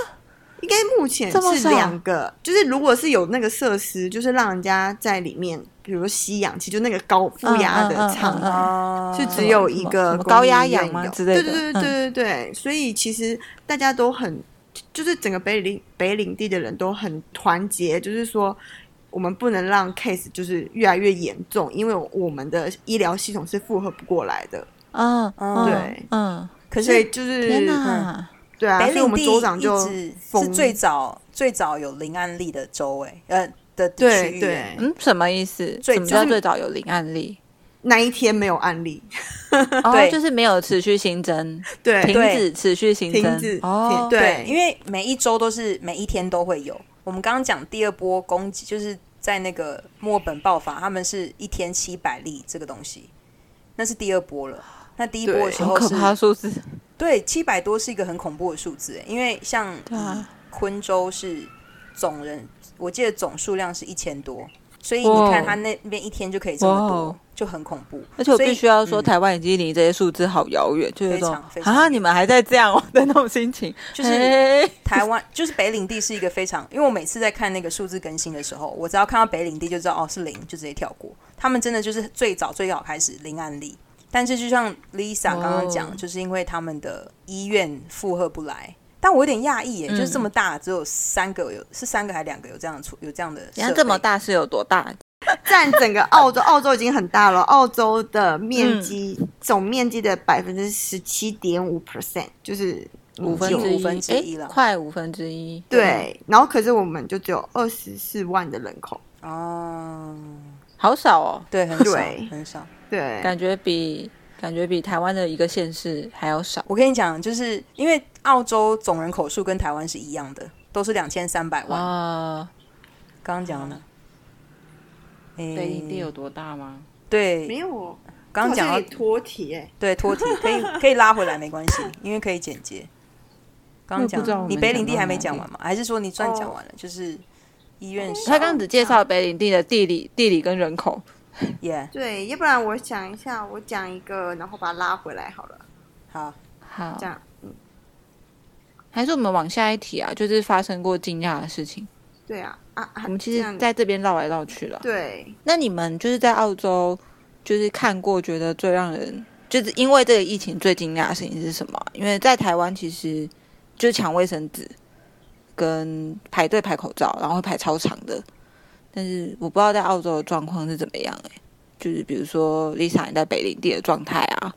Speaker 2: 应该目前
Speaker 3: 这么
Speaker 2: 是
Speaker 3: 少
Speaker 2: 两个，就是如果是有那个设施，就是让人家在里面，比如说吸氧气，就那个高负压的舱，
Speaker 3: 嗯嗯嗯嗯
Speaker 1: 啊
Speaker 2: 就只有一
Speaker 3: 什么
Speaker 2: 个
Speaker 3: 什么高压
Speaker 2: 公立医院
Speaker 3: 氧吗
Speaker 2: 有
Speaker 3: 之类的嗯
Speaker 2: 对对对对对对，所以其实大家都很，就是整个北领北领地的人都很团结，就是说。我们不能让 case 就是越来越严重，因为我们的医疗系统是负荷不过来的，
Speaker 3: 嗯
Speaker 1: 嗯
Speaker 2: 对，
Speaker 3: 嗯，
Speaker 1: 可
Speaker 2: 所以
Speaker 1: 是
Speaker 2: 就是
Speaker 3: 天哪，
Speaker 2: 对啊，
Speaker 1: 北
Speaker 2: 所以我
Speaker 1: 领
Speaker 2: 们
Speaker 1: 地
Speaker 2: 州长就
Speaker 1: 一直是
Speaker 2: 疯
Speaker 1: 最早最早有零案例的州诶、呃的的区
Speaker 2: 对
Speaker 1: 域、
Speaker 2: 对，
Speaker 3: 嗯，什么意思？
Speaker 1: 最
Speaker 3: 什么
Speaker 1: 就
Speaker 3: 叫
Speaker 1: 是
Speaker 3: 最早有零案例？
Speaker 2: 那一天没有案例，
Speaker 3: 哦，
Speaker 1: 对
Speaker 3: 就是没有持续新增，停
Speaker 2: 对
Speaker 1: 对
Speaker 3: 止持续新增，
Speaker 2: 停止
Speaker 3: 哦
Speaker 2: 停，对
Speaker 1: 对，因为每一周都是每一天都会有。我们刚刚讲第二波攻击，就是在那个墨尔本爆发，他们是一天七百例这个东西，那是第二波了。那第一波的
Speaker 2: 对
Speaker 1: 时
Speaker 3: 好
Speaker 1: 候
Speaker 3: 可
Speaker 1: 是
Speaker 3: 怕的数字，
Speaker 1: 对七百多是一个很恐怖的数字，欸因为像
Speaker 3: 对啊
Speaker 1: 昆州是总人，我记得总数量是一千多，所以
Speaker 3: 哇
Speaker 1: 你
Speaker 3: 哦
Speaker 1: 看他那边一天就可以这么
Speaker 3: 哇哦
Speaker 1: 多，就很恐怖。
Speaker 3: 而且我
Speaker 1: 所以
Speaker 3: 必须要说，
Speaker 1: 嗯
Speaker 3: 台湾已经离这些数字好遥远，就有一种
Speaker 1: 非常非常
Speaker 3: 啊，你们还在这样哦的那种心情，
Speaker 1: 就是
Speaker 3: 嘿
Speaker 1: 台湾就是北领地是一个非常，因为我每次在看那个数字更新的时候，我只要看到北领地就知道哦是零，就直接跳过。他们真的就是最早最早开始零案例，但是就像 Lisa 刚刚讲，
Speaker 3: 哦
Speaker 1: 就是因为他们的医院负荷不来。但我有点讶异耶，
Speaker 3: 嗯
Speaker 1: 就是这么大，只有三个有是三个还两个有这样的出有这样的
Speaker 3: 你看
Speaker 1: 设
Speaker 3: 这么
Speaker 1: 备，
Speaker 3: 大是有多大？
Speaker 2: 占整个澳洲，澳洲已经很大了，澳洲的
Speaker 3: 嗯
Speaker 2: 面积、总面积的百分之十七点五 percent，就是
Speaker 3: 五分
Speaker 1: 九
Speaker 3: 之一，
Speaker 1: 五分之一
Speaker 3: 诶
Speaker 1: 了
Speaker 3: 快五分之一。
Speaker 2: 对，然后可是我们就只有二十四万的人口，
Speaker 1: 哦，
Speaker 3: 好少哦，
Speaker 1: 对，很 少
Speaker 2: 对
Speaker 1: 很少。
Speaker 2: 对，
Speaker 3: 感觉比感觉比台湾的一个县市还要少。
Speaker 1: 我跟你讲，就是因为澳洲总人口数跟台湾是一样的，都是两千三百万。
Speaker 3: 哇，
Speaker 1: 刚刚讲
Speaker 2: 啊
Speaker 1: 了，诶
Speaker 3: 北领地有多大吗？
Speaker 1: 对，
Speaker 2: 没有，
Speaker 1: 刚刚讲
Speaker 2: 这好像
Speaker 1: 到
Speaker 2: 也脱题哎、
Speaker 1: 对脱题，可以可以拉回来没关系，因为可以简洁。刚刚
Speaker 3: 我也不知道我
Speaker 1: 讲
Speaker 3: 们
Speaker 1: 你北领地
Speaker 3: 讲到
Speaker 1: 还没
Speaker 3: 哪
Speaker 1: 讲
Speaker 3: 里
Speaker 1: 完吗？还是说你算讲
Speaker 2: 哦
Speaker 1: 完了？就是医院少，
Speaker 3: 他刚刚只介绍北领地的地理、地理跟人口。
Speaker 1: 耶，
Speaker 2: 对，要不然我想一下，我讲一个，然后把它拉回来好了，
Speaker 1: 好，
Speaker 3: 好
Speaker 2: 这，样，
Speaker 3: 还是我们往下一题啊，就是发生过惊讶的事情。
Speaker 2: 对啊，啊，啊
Speaker 3: 我们其
Speaker 2: 这
Speaker 3: 实
Speaker 2: 样
Speaker 3: 在这边绕来绕去了。
Speaker 2: 对，
Speaker 3: 那你们就是在澳洲，就是看过觉得最让人就是因为这个疫情最惊讶的事情是什么？因为在台湾其实就是抢卫生纸，跟排队排口罩，然后会排超长的。但是我不知道在澳洲的状况是怎么样哎、就是比如说 Lisa 你在北领地的状态啊，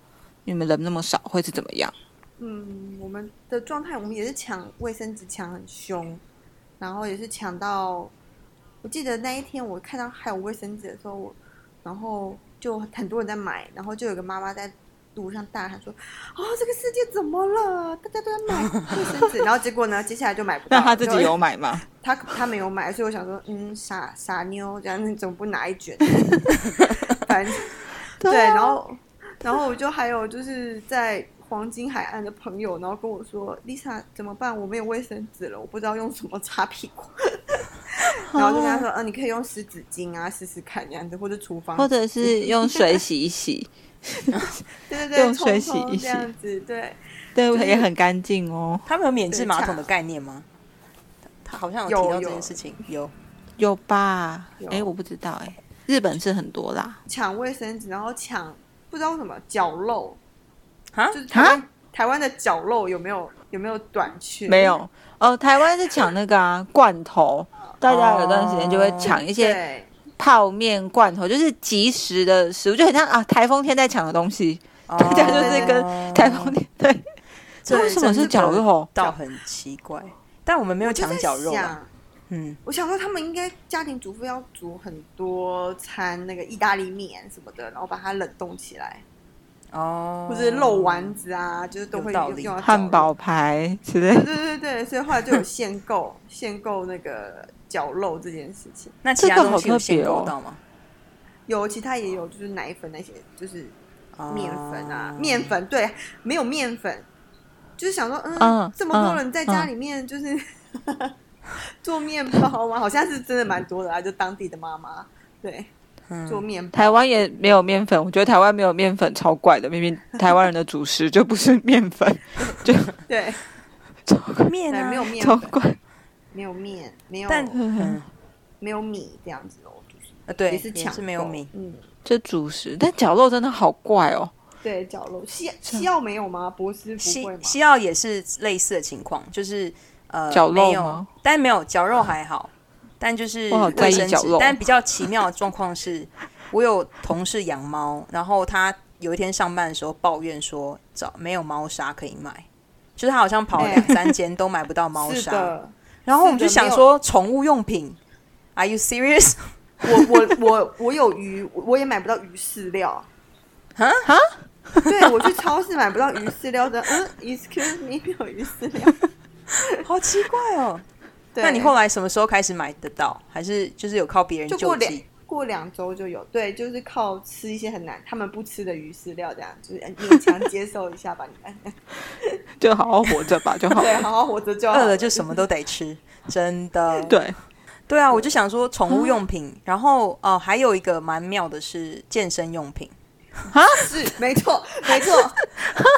Speaker 3: 你们人那么少会是怎么样？
Speaker 2: 嗯，我们的状态，我们也是抢卫生纸抢很凶，然后也是抢到，我记得那一天我看到还有卫生纸的时候，我然后就很多人在买，然后就有个妈妈在路上大喊说：“ 哦，这个世界怎么了？大家都在买卫生纸。”然后结果呢，接下来就买不到
Speaker 3: 那
Speaker 2: 了，
Speaker 3: 他自己
Speaker 2: 就
Speaker 3: 有买吗？
Speaker 2: 他他没有买，所以我想说，嗯，傻傻妞这样，你怎么不拿一 卷？反正对，
Speaker 3: 啊
Speaker 2: 然后然后我就还有就是在黄金海岸的朋友，然后跟我说，Lisa 怎么办？我没有卫生纸了，我不知道用什么擦屁 股。然后就跟
Speaker 3: 哦
Speaker 2: 他说，嗯、你可以用湿纸巾啊，试试看这样子，或者厨房
Speaker 3: 或者是用水洗一洗，
Speaker 2: 对对对，
Speaker 3: 用
Speaker 2: 冲
Speaker 3: 水洗
Speaker 2: 冲
Speaker 3: 一洗
Speaker 2: 这样子，对，
Speaker 3: 对，
Speaker 2: 就是
Speaker 3: 也很干净哦。
Speaker 1: 他们有免治
Speaker 2: 对
Speaker 1: 马
Speaker 2: 差
Speaker 1: 桶的概念吗？他好像有
Speaker 2: 有
Speaker 1: 提到这
Speaker 2: 有
Speaker 1: 件事情， 有
Speaker 3: 有吧？
Speaker 2: 有
Speaker 3: 哎、我不知道哎、日本是很多啦，
Speaker 2: 抢卫生纸，然后抢不知道为什么绞肉，
Speaker 1: 啊
Speaker 2: 就是台湾台湾的绞肉有没有有没有短缺？
Speaker 3: 没有哦。台湾是抢那个啊罐头，大家有段时间就会抢一些
Speaker 2: 哦对
Speaker 3: 泡面罐头，就是即食的食物，就很像啊台风天在抢的东西。
Speaker 1: 大
Speaker 3: 大家就是
Speaker 1: 哦
Speaker 3: 跟台风天对，
Speaker 1: 这
Speaker 3: 为什么是绞肉？
Speaker 1: 倒很奇怪，但我们没有抢绞肉
Speaker 2: 我就在
Speaker 1: 啊，
Speaker 2: 想
Speaker 1: 嗯，
Speaker 2: 我想说他们应该家庭主妇要煮很多餐那个意大利面什么的，然后把它冷冻起来，
Speaker 1: 哦，
Speaker 2: 或者是肉丸子啊，就是都会
Speaker 1: 有道理
Speaker 2: 用到绞肉
Speaker 3: 汉堡。排之类
Speaker 2: 对
Speaker 3: 的，
Speaker 2: 对对对，所以后来就有限购限购那个绞肉这件事情，
Speaker 1: 那其他
Speaker 3: 这个好
Speaker 1: 东西有
Speaker 3: 特
Speaker 1: 限
Speaker 3: 别
Speaker 1: 购
Speaker 3: 哦
Speaker 1: 到吗？
Speaker 2: 有其他也有就是奶粉那些，就是
Speaker 1: 哦
Speaker 2: 面粉啊，面粉对，没有面粉，就是想说，嗯，
Speaker 3: 嗯
Speaker 2: 这么多
Speaker 3: 嗯
Speaker 2: 人在家里面就是、 做面包嘛，好像是真的蛮多的啊，就当地的妈妈对
Speaker 1: 嗯
Speaker 2: 做面包，
Speaker 3: 台湾也没有面粉，我觉得台湾没有面粉超怪的，明明台湾人的主食就不是面粉，就
Speaker 2: 对
Speaker 1: 面
Speaker 2: 对，
Speaker 1: 啊，
Speaker 2: 没有面
Speaker 3: 超
Speaker 2: 粉，
Speaker 3: 怪。
Speaker 2: 没有面，没有
Speaker 1: 但嗯
Speaker 2: 没有米这样子哦，就是
Speaker 1: 呃对，
Speaker 2: 也是
Speaker 1: 也
Speaker 2: 抢
Speaker 1: 是没有
Speaker 2: 购
Speaker 1: 米，
Speaker 2: 嗯，
Speaker 3: 这主食，但绞肉真的好怪哦。
Speaker 2: 对，绞肉西西澳没有吗？博斯不
Speaker 1: 西
Speaker 2: 会吗？
Speaker 1: 西澳也是类似的情况，就是呃
Speaker 3: 绞肉
Speaker 1: 没有
Speaker 3: 吗，
Speaker 1: 但没有绞肉还好，但就是
Speaker 3: 我好在
Speaker 1: 卫
Speaker 3: 意
Speaker 1: 生
Speaker 3: 绞
Speaker 1: 纸
Speaker 3: 肉。
Speaker 1: 但比较奇妙的状况是，我有同事养猫，然后他有一天上班的时候抱怨说找没有猫砂可以买，就是他好像跑了两三间都买不到猫
Speaker 2: 是
Speaker 1: 砂。
Speaker 2: 的，
Speaker 1: 然后我们就是
Speaker 2: 的
Speaker 1: 想
Speaker 2: 没有
Speaker 1: 说宠物用品，Are you serious？
Speaker 2: 我我我我有鱼，我也买不到鱼饲料。
Speaker 1: 哈
Speaker 3: 哈，
Speaker 2: 对我去超市买不到鱼饲料的，嗯，excuse me，没 有鱼饲 料。
Speaker 1: 好奇怪哦。
Speaker 2: 对
Speaker 1: 那你后来什么时候开始买得到？还是就是有靠别人
Speaker 2: 就
Speaker 1: 救
Speaker 2: 过两
Speaker 1: 济？
Speaker 2: 过两周就有，对，就是靠吃一些很难他们不吃的鱼饲料，这样就是哎勉强接受一下吧。你们
Speaker 3: 就好好活着吧，就 好
Speaker 2: 对，好好活着就好
Speaker 1: 饿了就什么都得吃，真的。
Speaker 3: 对，
Speaker 1: 对啊，我就想说宠物用品，然后呃还有一个蛮妙的是健身用品，
Speaker 2: 是 没错没错，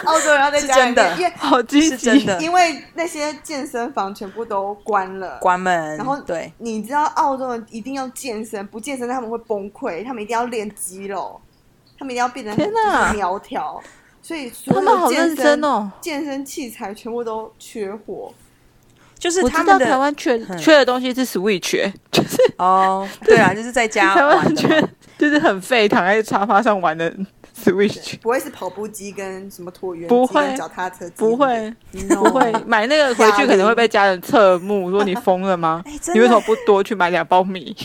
Speaker 2: 澳洲人要在
Speaker 1: 是
Speaker 2: 家里
Speaker 1: 真的
Speaker 2: 面，因为
Speaker 3: 好积
Speaker 1: 是
Speaker 3: 极，
Speaker 1: 真的
Speaker 2: 因为那些健身房全部都关了。
Speaker 1: 关门，
Speaker 2: 然后
Speaker 1: 对，
Speaker 2: 你知道澳洲人一定要健身，不健身他们会崩溃，他们一定要练肌肉，他们一定要变得很
Speaker 3: 天哪
Speaker 2: 就是苗条，所以所
Speaker 3: 他们
Speaker 2: 有
Speaker 3: 好
Speaker 2: 健
Speaker 3: 认
Speaker 2: 身
Speaker 3: 真、哦。
Speaker 2: 健身器材全部都缺货。
Speaker 1: 就是
Speaker 3: 我
Speaker 1: 他
Speaker 3: 知道
Speaker 1: 们
Speaker 3: 台
Speaker 1: 的
Speaker 3: 湾缺
Speaker 1: 嗯
Speaker 3: 缺的东西是 Switch，欸就是
Speaker 1: 哦，对啊，就是在家
Speaker 3: 台湾
Speaker 1: 玩的嘛
Speaker 3: 缺就是很废，躺在沙发上玩的 Switch，
Speaker 2: 不会是跑步机跟什么椭圆
Speaker 3: 不
Speaker 2: 机啊
Speaker 3: 会
Speaker 2: 跟脚踏车机？
Speaker 3: 不会
Speaker 2: ，no，
Speaker 3: 不会嗯哦买那个回
Speaker 2: 哑
Speaker 3: 去
Speaker 2: 铃
Speaker 3: 可能会被家人侧目，说你疯了吗
Speaker 1: 哎真？的
Speaker 3: 你为什么不多去买两包米？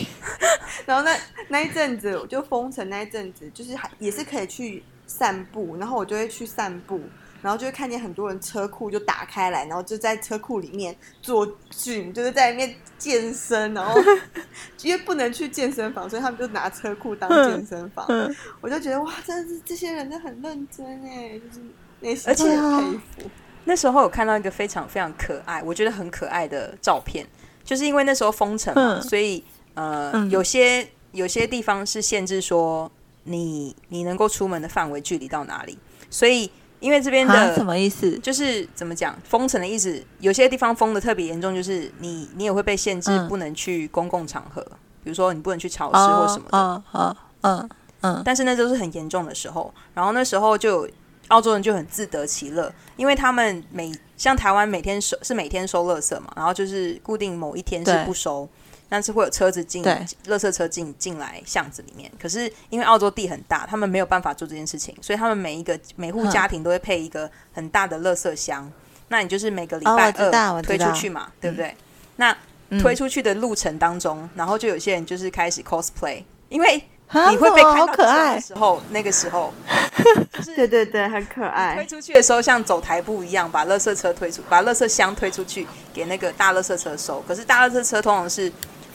Speaker 2: 然后那那一阵子我就封城那一阵子，就是还也是可以去散步，然后我就会去散步，然后就会看见很多人车库就打开来，然后就在车库里面做 gym，就是在里面健身，然后因为不能去健身房，所以他们就拿车库当健身房。
Speaker 3: 嗯
Speaker 2: 我就觉得哇，真的是这些人真的很认真哎，就是内心
Speaker 1: 而且
Speaker 2: 很佩服。
Speaker 1: 那时候有看到一个非常非常可爱，我觉得很可爱的照片，就是因为那时候封城嘛，
Speaker 3: 嗯
Speaker 1: 所以呃，
Speaker 3: 嗯
Speaker 1: 有些有些地方是限制说你你能够出门的范围距离到哪里，所以因为这边
Speaker 3: 啊
Speaker 1: 的
Speaker 3: 什么意思？
Speaker 1: 就是怎么讲，封城的意思，有些地方封的特别严重，就是你你也会被限制
Speaker 3: 嗯
Speaker 1: 不能去公共场合，比如说你不能去超市
Speaker 3: 哦
Speaker 1: 或什么的。
Speaker 3: 哦哦嗯嗯，
Speaker 1: 但是那都是很严重的时候，然后那时候就有澳洲人就很自得其乐，因为他们每像台湾每天收是每天收垃圾嘛，然后就是固定某一天是
Speaker 3: 对
Speaker 1: 不收，但是会有车子进，
Speaker 3: 对
Speaker 1: 垃圾车进进来巷子里面。可是因为澳洲地很大，他们没有办法做这件事情，所以他们每一个每户
Speaker 3: 嗯
Speaker 1: 家庭都会配一个很大的垃圾箱。那你就是每个礼
Speaker 3: 哦
Speaker 1: 拜
Speaker 3: 我知道
Speaker 1: 二
Speaker 3: 我知
Speaker 1: 推出
Speaker 3: 道嗯
Speaker 1: 去嘛，对不对？那推出去的路程当中，然后就有些人就是开始 cosplay，因为
Speaker 3: 啊
Speaker 1: 你会被
Speaker 3: 怎么
Speaker 1: 看
Speaker 3: 好
Speaker 1: 到
Speaker 3: 可爱
Speaker 1: 的时候，那个时候
Speaker 2: 对对对，很可爱
Speaker 3: 哎
Speaker 1: 推。出去的时候，像走台步一样，把垃圾车推出，把垃圾箱推出去给那个大垃圾车收。可是大垃圾车通常是。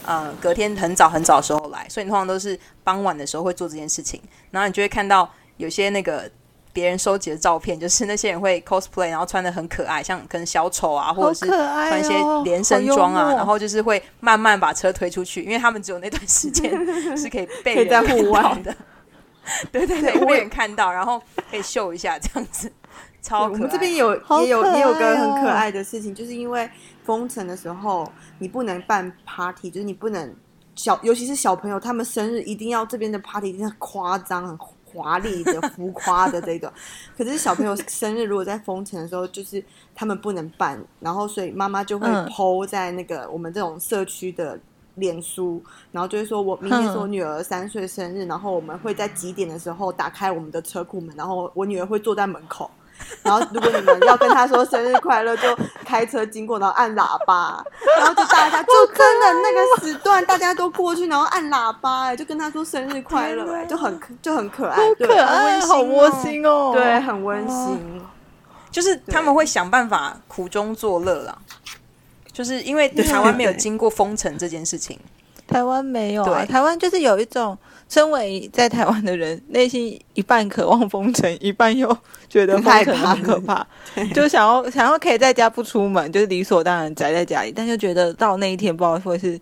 Speaker 1: 呃，隔天很早很早的时候来，所以你通常都是傍晚的时候会做这件事情，然后你就会看到有些那个别人收集的照片，就是那些人会 cosplay，然后穿的很可爱，像可能小丑啊，或者是
Speaker 3: 好可爱哦
Speaker 1: 穿一些
Speaker 2: 哎
Speaker 1: 连身装
Speaker 3: 好
Speaker 1: 啊，
Speaker 3: 幽默
Speaker 1: 然后就是会慢慢把车推出去，因为他们只有那段时 间是可以被
Speaker 2: 可以
Speaker 1: 人
Speaker 2: 在
Speaker 1: 看
Speaker 2: 户
Speaker 1: 到
Speaker 2: 外
Speaker 1: 的，对对对，
Speaker 2: 对我
Speaker 1: 被
Speaker 2: 也
Speaker 1: 人看到，然后可以秀一下这样子，
Speaker 2: 对
Speaker 1: 超
Speaker 2: 我
Speaker 1: 可
Speaker 2: 们
Speaker 1: 爱。
Speaker 2: 这边有
Speaker 3: 好
Speaker 2: 也有
Speaker 3: 可
Speaker 2: 也有个
Speaker 3: 爱
Speaker 2: 很可
Speaker 3: 哦
Speaker 2: 爱的事情，就是因为封城的时候，你不能办 party，就是你不能小，尤其是小朋友他们生日一定要这边的 party 一定要夸张、很华丽的、浮夸的这种。可是小朋友生日如果在封城的时候，就是他们不能办，然后所以妈妈就会
Speaker 3: 嗯
Speaker 2: PO 在那个我们这种社区的脸书，然后就会说我明
Speaker 3: 嗯
Speaker 2: 天是我女儿三岁生日，然后我们会在几点的时候打开我们的车库门，然后我女儿会坐在门口。然后，如果你们要跟她说生日快乐，就开车经过，然后按喇叭，然后就大家就真的
Speaker 3: 哦
Speaker 2: 那个时段，大家都过去，然后按喇叭、哎就跟她说生日快乐、哎就很可就很可爱，
Speaker 3: 好
Speaker 2: 对
Speaker 3: 可
Speaker 1: 温
Speaker 3: 爱，
Speaker 1: 馨
Speaker 3: 好窝
Speaker 1: 哦
Speaker 3: 心哦，
Speaker 2: 对，很温
Speaker 3: 哦
Speaker 2: 馨。
Speaker 1: 就是他们会想办法苦中作乐啦，就是因为台湾没有经过封城这件事情，
Speaker 3: 台湾没有啊，
Speaker 1: 对
Speaker 3: 台湾就是有一种身为在台湾的人，内心一半渴望封城，一半又觉得封城很 可怕，就想要想要可以在家不出门，就是理所当然宅在家里，但就觉得到那一天不知道会是，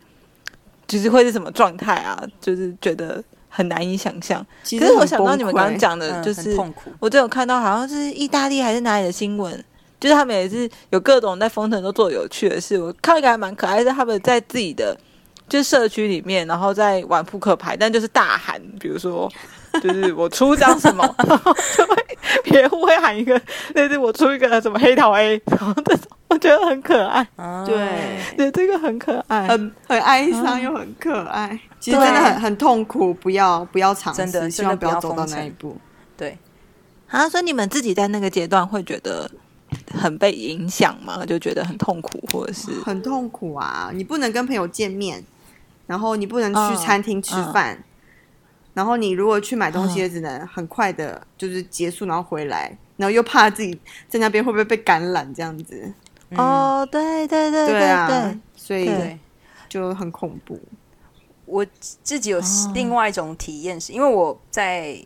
Speaker 3: 就是会是什么状态啊，就是觉得很难以想象。
Speaker 2: 其
Speaker 3: 可是我想到你们刚刚，讲的，
Speaker 1: 嗯
Speaker 3: 呃就
Speaker 1: 很
Speaker 3: 是、
Speaker 1: 痛苦。
Speaker 3: 我都有看到，好像是意大利还是哪里的新闻，就是他们也是有各种在封城都做有趣的事。我看一个还蛮可爱的，是他们在自己的就是社区里面，然后在玩扑克牌，但就是大喊，比如说。 就是我出张什么， 然后就会别户会喊一个，那是我出一个什么黑桃 A，然后这种我觉得很可爱，
Speaker 1: 啊
Speaker 2: 对，
Speaker 3: 对这个很可爱，
Speaker 2: 很很哀
Speaker 1: 嗯
Speaker 2: 伤又很可爱。其实真的很很痛苦，不要不要尝
Speaker 1: 真的
Speaker 2: 试，希
Speaker 1: 真
Speaker 2: 望
Speaker 1: 的不
Speaker 2: 要
Speaker 1: 要
Speaker 2: 走到
Speaker 1: 封城
Speaker 2: 那一步。
Speaker 1: 对，
Speaker 3: 啊，所以你们自己在那个阶段会觉得很被影响吗？就觉得很痛苦，或者是
Speaker 2: 很痛苦啊！你不能跟朋友见面，然后你不能
Speaker 3: 嗯
Speaker 2: 去餐厅吃饭，然后你如果去买东西，
Speaker 3: 嗯
Speaker 2: 也只能很快的，就是结束，然后回来，然后又怕自己在那边会不会被感染这样子。
Speaker 1: 嗯，
Speaker 3: 哦，对对对对
Speaker 2: 啊
Speaker 3: 对，，
Speaker 2: 所以
Speaker 3: 对
Speaker 1: 对。
Speaker 2: 就很恐怖。
Speaker 1: 我自
Speaker 3: 哦
Speaker 1: 己有另外一种体验是，因为我在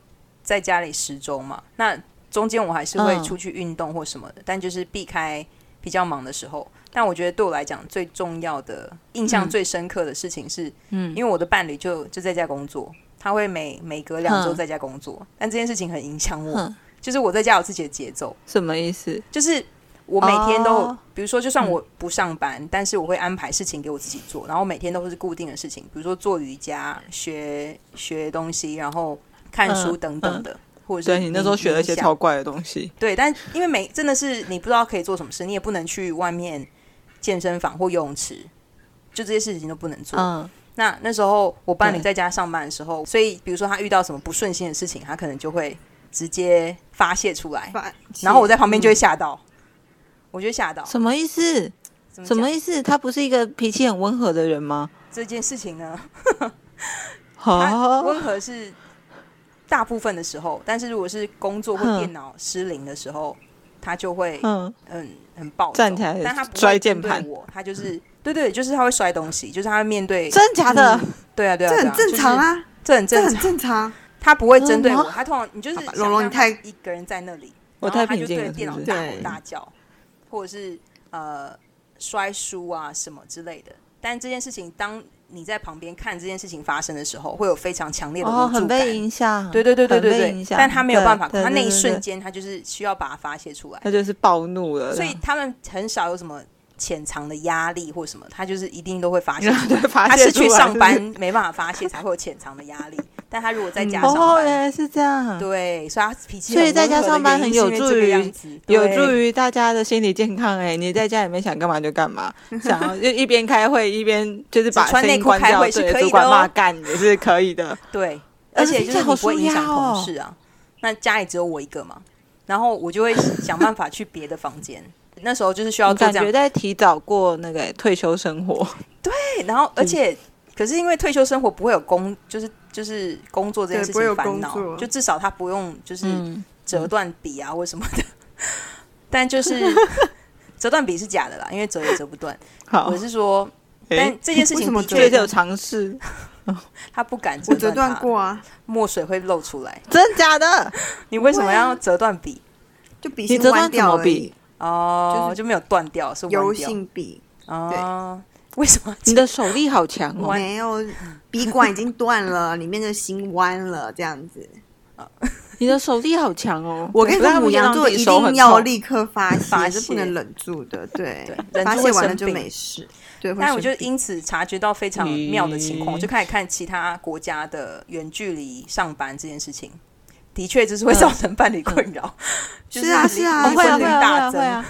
Speaker 1: 在家里十周嘛，那中间我还是会
Speaker 3: 嗯
Speaker 1: 出去运动或什么的，但就是避开比较忙的时候。但我觉得对我来讲最重要的、印象
Speaker 3: 嗯
Speaker 1: 最深刻的事情是，
Speaker 3: 嗯
Speaker 1: 因为我的伴侣就就在家工作，他会每每隔两周
Speaker 3: 嗯
Speaker 1: 在家工作，但这件事情很影响我
Speaker 3: 嗯，
Speaker 1: 就是我在家有自己的节奏，
Speaker 3: 什么意思？
Speaker 1: 就是我每天都，
Speaker 3: 哦嗯
Speaker 1: 比如说，就算我不上班，但是我会安排事情给我自己做，然后每天都是固定的事情，比如说做瑜伽、学学东西，然后看书
Speaker 3: 嗯
Speaker 1: 等等的，或者
Speaker 3: 对
Speaker 1: 是
Speaker 3: 你那时候
Speaker 1: 冥
Speaker 3: 学了一些
Speaker 1: 冥想
Speaker 3: 超怪的东西，
Speaker 1: 对，但因为每真的是你不知道可以做什么事，你也不能去外面健身房或游泳池，就这些事情都不能做。
Speaker 3: 嗯
Speaker 1: 那那时候我伴侣
Speaker 3: 对
Speaker 1: 在家上班的时候，所以比如说他遇到什么不顺心的事情，他可能就会直接发泄出来，
Speaker 2: 反嗯
Speaker 1: 然后我在旁边就会吓到，我就会吓到。
Speaker 3: 什么意思？
Speaker 1: 怎
Speaker 3: 什
Speaker 1: 讲
Speaker 3: 么意思？他不是一个脾气很温和的人吗？
Speaker 1: 这件事情呢？它
Speaker 3: 哦，
Speaker 1: 温和是大部分的时候，但是如果是工作或
Speaker 3: 嗯
Speaker 1: 电脑失灵的时候，他就会
Speaker 3: 嗯，
Speaker 1: 很很暴走
Speaker 3: 站起来
Speaker 1: 但他不会
Speaker 3: 摔键
Speaker 1: 针对
Speaker 3: 盘
Speaker 1: 我，他就是对对，就是他会摔东西，就是他会面对，
Speaker 3: 真假的？
Speaker 1: 对啊对啊，
Speaker 2: 这
Speaker 1: 对
Speaker 2: 很正常，啊，
Speaker 1: 就是这很
Speaker 2: 这
Speaker 1: 正
Speaker 2: 很
Speaker 1: 常，
Speaker 2: 正常。
Speaker 1: 他不会针对
Speaker 3: 嗯
Speaker 1: 我，
Speaker 3: 吗
Speaker 1: 他通常你就是
Speaker 2: 好吧
Speaker 1: 想
Speaker 2: 龙龙
Speaker 1: 象
Speaker 2: 你太
Speaker 1: 他一个人在那里，
Speaker 3: 我
Speaker 1: 然后
Speaker 3: 太
Speaker 1: 他就
Speaker 3: 平
Speaker 1: 对
Speaker 3: 静
Speaker 1: 电
Speaker 3: 了，
Speaker 1: 脑
Speaker 3: 是不
Speaker 1: 大
Speaker 3: 是？
Speaker 1: 吼大叫，或者是呃摔书啊什么之类的。但这件事情，当你在旁边看这件事情发生的时候，会有非常强烈的
Speaker 3: 哦，
Speaker 1: 无
Speaker 3: 很
Speaker 1: 助感。
Speaker 3: 被影响，
Speaker 1: 对对对对
Speaker 3: 很
Speaker 1: 对
Speaker 3: 被
Speaker 1: 对
Speaker 3: 影，响
Speaker 1: 但他没有办法，
Speaker 3: 对对
Speaker 1: 他那一
Speaker 3: 对对
Speaker 1: 瞬间他就是需要把它发泄出来，
Speaker 3: 他就是暴怒了，
Speaker 1: 所以他们很少有什么潜藏的压力或什么，他就是一定都会发泄
Speaker 3: 然
Speaker 1: 出
Speaker 3: 后
Speaker 1: 来。
Speaker 3: 就会发
Speaker 1: 他
Speaker 3: 泄
Speaker 1: 是
Speaker 3: 出来
Speaker 1: 去上班
Speaker 3: 是不是
Speaker 1: 没办法发泄才会有潜藏的压力，但他如果在家上
Speaker 3: 哦，
Speaker 1: 班，
Speaker 3: 原来是这样，
Speaker 1: 对，所以他脾气
Speaker 3: 嗯所以
Speaker 1: 很
Speaker 3: 在
Speaker 1: 温
Speaker 3: 家
Speaker 1: 和的
Speaker 3: 上班
Speaker 1: 原
Speaker 3: 很
Speaker 1: 因是
Speaker 3: 有
Speaker 1: 因为
Speaker 3: 助
Speaker 1: 这个
Speaker 3: 于
Speaker 1: 样子
Speaker 3: 有
Speaker 1: 对
Speaker 3: 助于大家的心理健康、哎，你在家里面想干嘛就 干嘛，想要就一边开会一边就是把
Speaker 1: 只穿
Speaker 3: 声音
Speaker 1: 内裤
Speaker 3: 关
Speaker 1: 开
Speaker 3: 掉，
Speaker 1: 会是
Speaker 3: 对
Speaker 1: 可以
Speaker 3: 主管
Speaker 1: 的哦
Speaker 3: 骂干也是可以的。
Speaker 1: 对，
Speaker 3: 呃
Speaker 1: 而且就是你不会影
Speaker 3: 听起来
Speaker 1: 响
Speaker 3: 好舒压哦
Speaker 1: 同事啊。那家里只有我一个嘛，然后我就会想办法去别的房间。那时候就是需要
Speaker 3: 我
Speaker 1: 做
Speaker 3: 感
Speaker 1: 这样
Speaker 3: 觉，在提早过那个、哎退休生活，
Speaker 1: 对然后而且可是因为退休生活不会有工，就是就是工作这件
Speaker 2: 对
Speaker 1: 事
Speaker 2: 不会
Speaker 1: 情
Speaker 2: 有
Speaker 1: 烦
Speaker 2: 工
Speaker 1: 恼，
Speaker 2: 作
Speaker 1: 就至少他不用就是
Speaker 3: 嗯，
Speaker 1: 折断笔啊或什么的。 但就是 折断笔是假的啦，因为折也折不断。
Speaker 3: 好
Speaker 1: 我，是说，
Speaker 3: 哎
Speaker 1: 但这件事
Speaker 2: 为
Speaker 1: 情
Speaker 2: 什么
Speaker 1: 的
Speaker 3: 这
Speaker 1: 确
Speaker 2: 折
Speaker 3: 就有 尝试，
Speaker 1: 他不敢
Speaker 2: 我
Speaker 1: 折
Speaker 2: 折断
Speaker 1: 它，
Speaker 2: 过 啊，
Speaker 1: 墨水会漏出来。
Speaker 3: 真假的？
Speaker 1: 你为什么要折断笔？
Speaker 2: 就笔
Speaker 3: 你
Speaker 2: 芯
Speaker 3: 折
Speaker 2: 弯
Speaker 3: 断什
Speaker 2: 掉
Speaker 3: 么
Speaker 2: 而
Speaker 3: 笔
Speaker 2: 已，？
Speaker 1: 哦，
Speaker 2: 啊就是
Speaker 1: 就没有断掉，是弯掉
Speaker 2: 油性笔
Speaker 1: 哦。为什么
Speaker 3: 你的手力好强哦！
Speaker 2: 没有，笔管已经断了，里面的芯弯了，这样子。
Speaker 3: 你的手力好强哦！
Speaker 2: 我跟你
Speaker 3: 不知
Speaker 2: 说，
Speaker 3: 道他们
Speaker 2: 母
Speaker 3: 就
Speaker 2: 羊
Speaker 3: 让
Speaker 2: 座
Speaker 3: 自己
Speaker 2: 一
Speaker 3: 手很
Speaker 2: 定要
Speaker 3: 痛
Speaker 2: 立刻发泄，
Speaker 1: 发
Speaker 2: 是
Speaker 1: 泄
Speaker 2: 不能忍住的。对
Speaker 1: 对忍
Speaker 2: 发
Speaker 1: 住
Speaker 2: 泄
Speaker 1: 会
Speaker 2: 完了
Speaker 1: 生
Speaker 2: 就
Speaker 1: 病
Speaker 2: 没事。对，会
Speaker 1: 但我
Speaker 2: 生
Speaker 1: 就
Speaker 2: 病
Speaker 1: 因此察觉到非常妙的情况，
Speaker 3: 咦
Speaker 1: 我就开始看其他国家的远距离上班这件事情，的确就是会造成伴侣困扰。 就是
Speaker 2: 啊
Speaker 1: 离
Speaker 2: 是啊
Speaker 1: 离
Speaker 2: 会啊
Speaker 1: 婚率
Speaker 2: 会
Speaker 1: 大增，！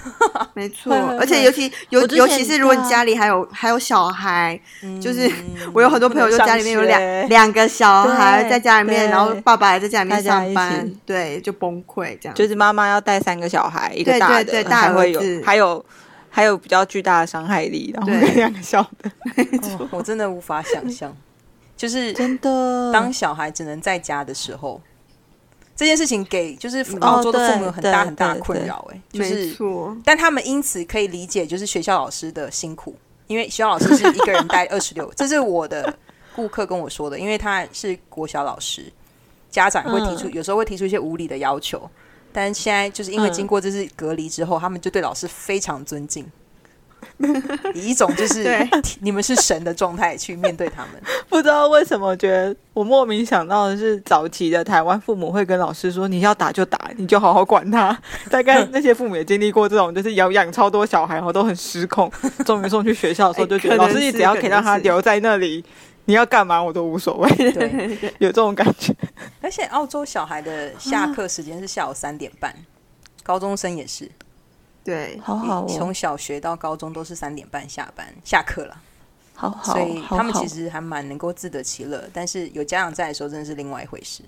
Speaker 2: 没错
Speaker 3: 会会，
Speaker 2: 而且
Speaker 3: 会
Speaker 2: 尤其尤
Speaker 3: 我之
Speaker 2: 尤
Speaker 3: 前
Speaker 2: 其是如果
Speaker 3: 对
Speaker 2: 你
Speaker 3: 啊
Speaker 2: 家里还有还有小孩，
Speaker 1: 嗯
Speaker 2: 就是我有很多朋友就家里面有
Speaker 3: 不 能上学
Speaker 2: 两两个小孩
Speaker 3: 对
Speaker 2: 在家里面，然后
Speaker 3: 对
Speaker 2: 爸爸还在家里面
Speaker 3: 大家
Speaker 2: 上
Speaker 3: 一
Speaker 2: 班
Speaker 3: 起，
Speaker 2: 对，就崩溃这样。
Speaker 3: 就是妈妈要带三个小孩，一个
Speaker 2: 对
Speaker 3: 大的，
Speaker 2: 对对大
Speaker 3: 还会有
Speaker 2: 儿子
Speaker 3: 还有还有比较巨大的伤害力，然后
Speaker 2: 对
Speaker 3: 两个小的，
Speaker 2: 啊
Speaker 1: 哦 我真的无法想 象，就是
Speaker 3: 真的
Speaker 1: 当小孩只能在家的时候，这件事情给就是
Speaker 2: 嗯
Speaker 1: 澳洲的父母有很大
Speaker 3: 哦对
Speaker 1: 很大的
Speaker 3: 对
Speaker 1: 困
Speaker 3: 对
Speaker 1: 扰，哎，就
Speaker 2: 没
Speaker 1: 是
Speaker 2: 错，
Speaker 1: 但他们因此可以理解，就是学校老师的辛苦，因为学校老师是一个人带 二十六，这是我的顾客跟我说的，因为他是国小老师，家长会提出、有时候会提出一些无理的要求，但现在就是因为
Speaker 3: 嗯
Speaker 1: 经过这次隔离之后，他们就对老师非常尊敬，以一种就是
Speaker 2: 对
Speaker 1: 你们是神的状态去面对他们。
Speaker 3: 不知道为什么，觉得我莫名想到的是，早期的台湾父母会跟老师说：“你要打就打，你就好好管 他。”大概那些父母也经历过这种，就是养养超多小孩，然后都很失 控。终于送去学校的时候，就觉得
Speaker 2: 哎可
Speaker 3: 老
Speaker 2: 能
Speaker 3: 师你
Speaker 2: 是
Speaker 3: 只要可以让
Speaker 2: 可
Speaker 3: 他
Speaker 2: 能是
Speaker 3: 留在那里，你要干嘛我都无所谓，
Speaker 1: 对，
Speaker 3: 有这种感觉。
Speaker 1: 而且澳洲小孩的下课时间是下午三点半，高中生也是，
Speaker 2: 对，
Speaker 3: 好哦
Speaker 1: 从小学到高中都是三点半下班下课了，
Speaker 3: 好好
Speaker 1: 所以他们其实还蛮能够自得其乐。但是有家长在的时候，真的是另外一回事。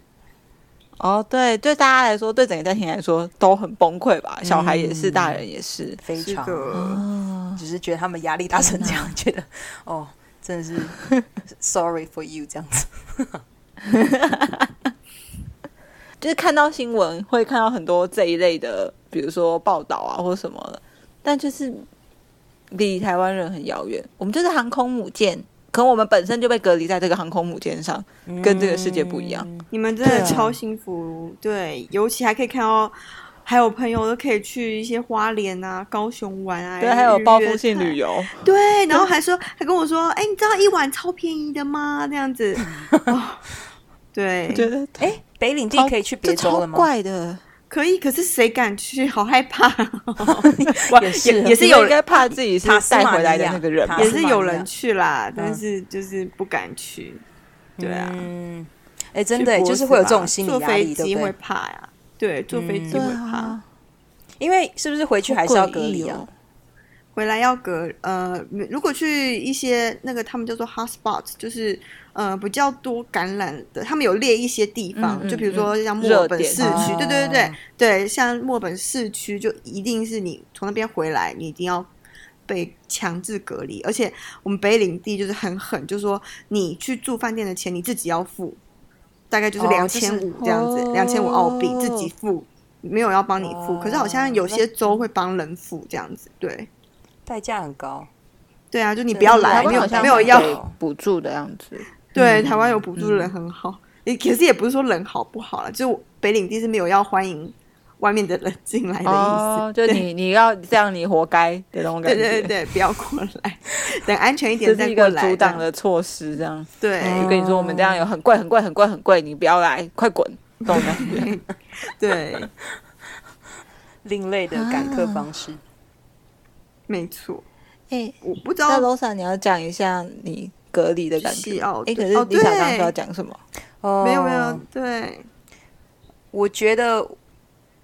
Speaker 3: 哦，对，对大家来说，对整个家庭来说都很崩溃吧？小孩也是，
Speaker 1: 嗯
Speaker 3: 大人也是。
Speaker 1: 非
Speaker 2: 是
Speaker 1: 常，
Speaker 2: 的，
Speaker 3: 啊
Speaker 1: 只是觉得他们压力大成这样，觉得哦，真的是 sorry for you 这样子。
Speaker 3: 就是看到新闻会看到很多这一类的，比如说报道啊或什么的，但就是离台湾人很遥远。我们就是航空母舰，可能我们本身就被隔离在这个航空母舰上，跟这个世界不一样。
Speaker 2: 你们真的
Speaker 3: 对啊
Speaker 2: 超幸福，对，尤其还可以看到。还有朋友都可以去一些花莲啊、高雄玩啊，
Speaker 3: 对，还有报复性
Speaker 2: 游。
Speaker 3: 旅游，
Speaker 2: 对，然后还说还跟我说，哎、你知道一碗超便宜的吗？这样子，哦对，
Speaker 3: 觉得
Speaker 1: 哎、北领地
Speaker 3: 超
Speaker 1: 可以去
Speaker 3: 这
Speaker 1: 别州
Speaker 3: 超
Speaker 1: 了吗？
Speaker 3: 怪的，
Speaker 2: 可以，可是谁敢去？好害怕、哦
Speaker 1: 也是
Speaker 2: 也
Speaker 1: 啊
Speaker 2: 也是
Speaker 3: 你们
Speaker 2: 有
Speaker 3: 应
Speaker 2: 人，
Speaker 3: 该怕自己是
Speaker 1: 塔斯
Speaker 3: 带
Speaker 1: 马
Speaker 3: 回来
Speaker 1: 尼
Speaker 3: 的
Speaker 1: 亚
Speaker 3: 那个人吧
Speaker 1: 塔
Speaker 2: 也
Speaker 1: 斯
Speaker 2: 是
Speaker 1: 马
Speaker 2: 有
Speaker 1: 尼亚
Speaker 2: 人去啦，但是就是不敢去，对啊，
Speaker 1: 嗯，哎、真的、
Speaker 2: 去
Speaker 1: 就
Speaker 2: 博
Speaker 1: 是
Speaker 2: 斯
Speaker 1: 会有
Speaker 2: 吧
Speaker 1: 这种心理
Speaker 2: 坐
Speaker 1: 压力，
Speaker 2: 飞
Speaker 1: 对
Speaker 2: 机
Speaker 1: 不
Speaker 2: 会
Speaker 1: 对？
Speaker 2: 怕呀、对，坐飞机
Speaker 3: 对
Speaker 2: 会怕，
Speaker 3: 啊，
Speaker 1: 因为是不是回去还是要隔离
Speaker 3: 好诡异
Speaker 1: 啊
Speaker 3: 哦？
Speaker 2: 回来要隔呃，如果去一些那个他们叫做 hotspot，就是呃比较多感染的，他们有列一些地方，
Speaker 3: 嗯嗯
Speaker 2: 就比如说像墨
Speaker 3: 热
Speaker 2: 尔本
Speaker 3: 点
Speaker 2: 市区，
Speaker 1: 哦
Speaker 2: 对对对对对，像墨尔本市区就一定是你从那边回来，你一定要。被强制隔离，而且我们北领地就是很狠，就是说你去住饭店的钱你自己要付，大概就是
Speaker 1: 哦
Speaker 2: 两
Speaker 1: 就是
Speaker 2: 千五这样子，
Speaker 3: 哦
Speaker 2: 两千五澳币自己付，没有要帮你付。
Speaker 1: 哦
Speaker 2: 可是好像有些州会帮人付这样子，对。
Speaker 1: 代价很高，
Speaker 2: 对啊，就你不要来，
Speaker 3: 台湾
Speaker 2: 没有
Speaker 3: 好像
Speaker 2: 没有
Speaker 3: 是
Speaker 2: 要。
Speaker 3: 给补助的样子，嗯
Speaker 2: 对，台湾有补助人很好，也、可是也不是说人好不好了，就是北领地是没有要欢迎外面的人进来的意思。
Speaker 3: 哦，就你你要这样，你活该的那种感
Speaker 2: 对
Speaker 3: 觉，
Speaker 2: 对对对，不要过来，等安全一点
Speaker 3: 这
Speaker 2: 再
Speaker 3: 是一
Speaker 2: 过
Speaker 3: 个
Speaker 2: 来。哦
Speaker 3: 阻挡的嗯措施，这样。
Speaker 2: 这样
Speaker 3: 就跟你说，我们这样有很贵、很贵、很贵、很贵，你不要来，快滚，懂吗？
Speaker 2: 对对，
Speaker 1: 另类的赶
Speaker 3: 啊
Speaker 1: 课方式。
Speaker 2: 没错。
Speaker 3: 哎，
Speaker 2: 我不知
Speaker 3: 那
Speaker 2: 道
Speaker 3: Losa，你要讲一下你隔离的感
Speaker 2: 西
Speaker 3: 觉。
Speaker 2: 澳
Speaker 3: 哎，可
Speaker 2: 对
Speaker 3: 是
Speaker 2: 哦
Speaker 3: 你想刚刚
Speaker 2: 对
Speaker 3: 说要讲什么？
Speaker 1: 哦
Speaker 2: 没有没有，对，
Speaker 1: 我觉得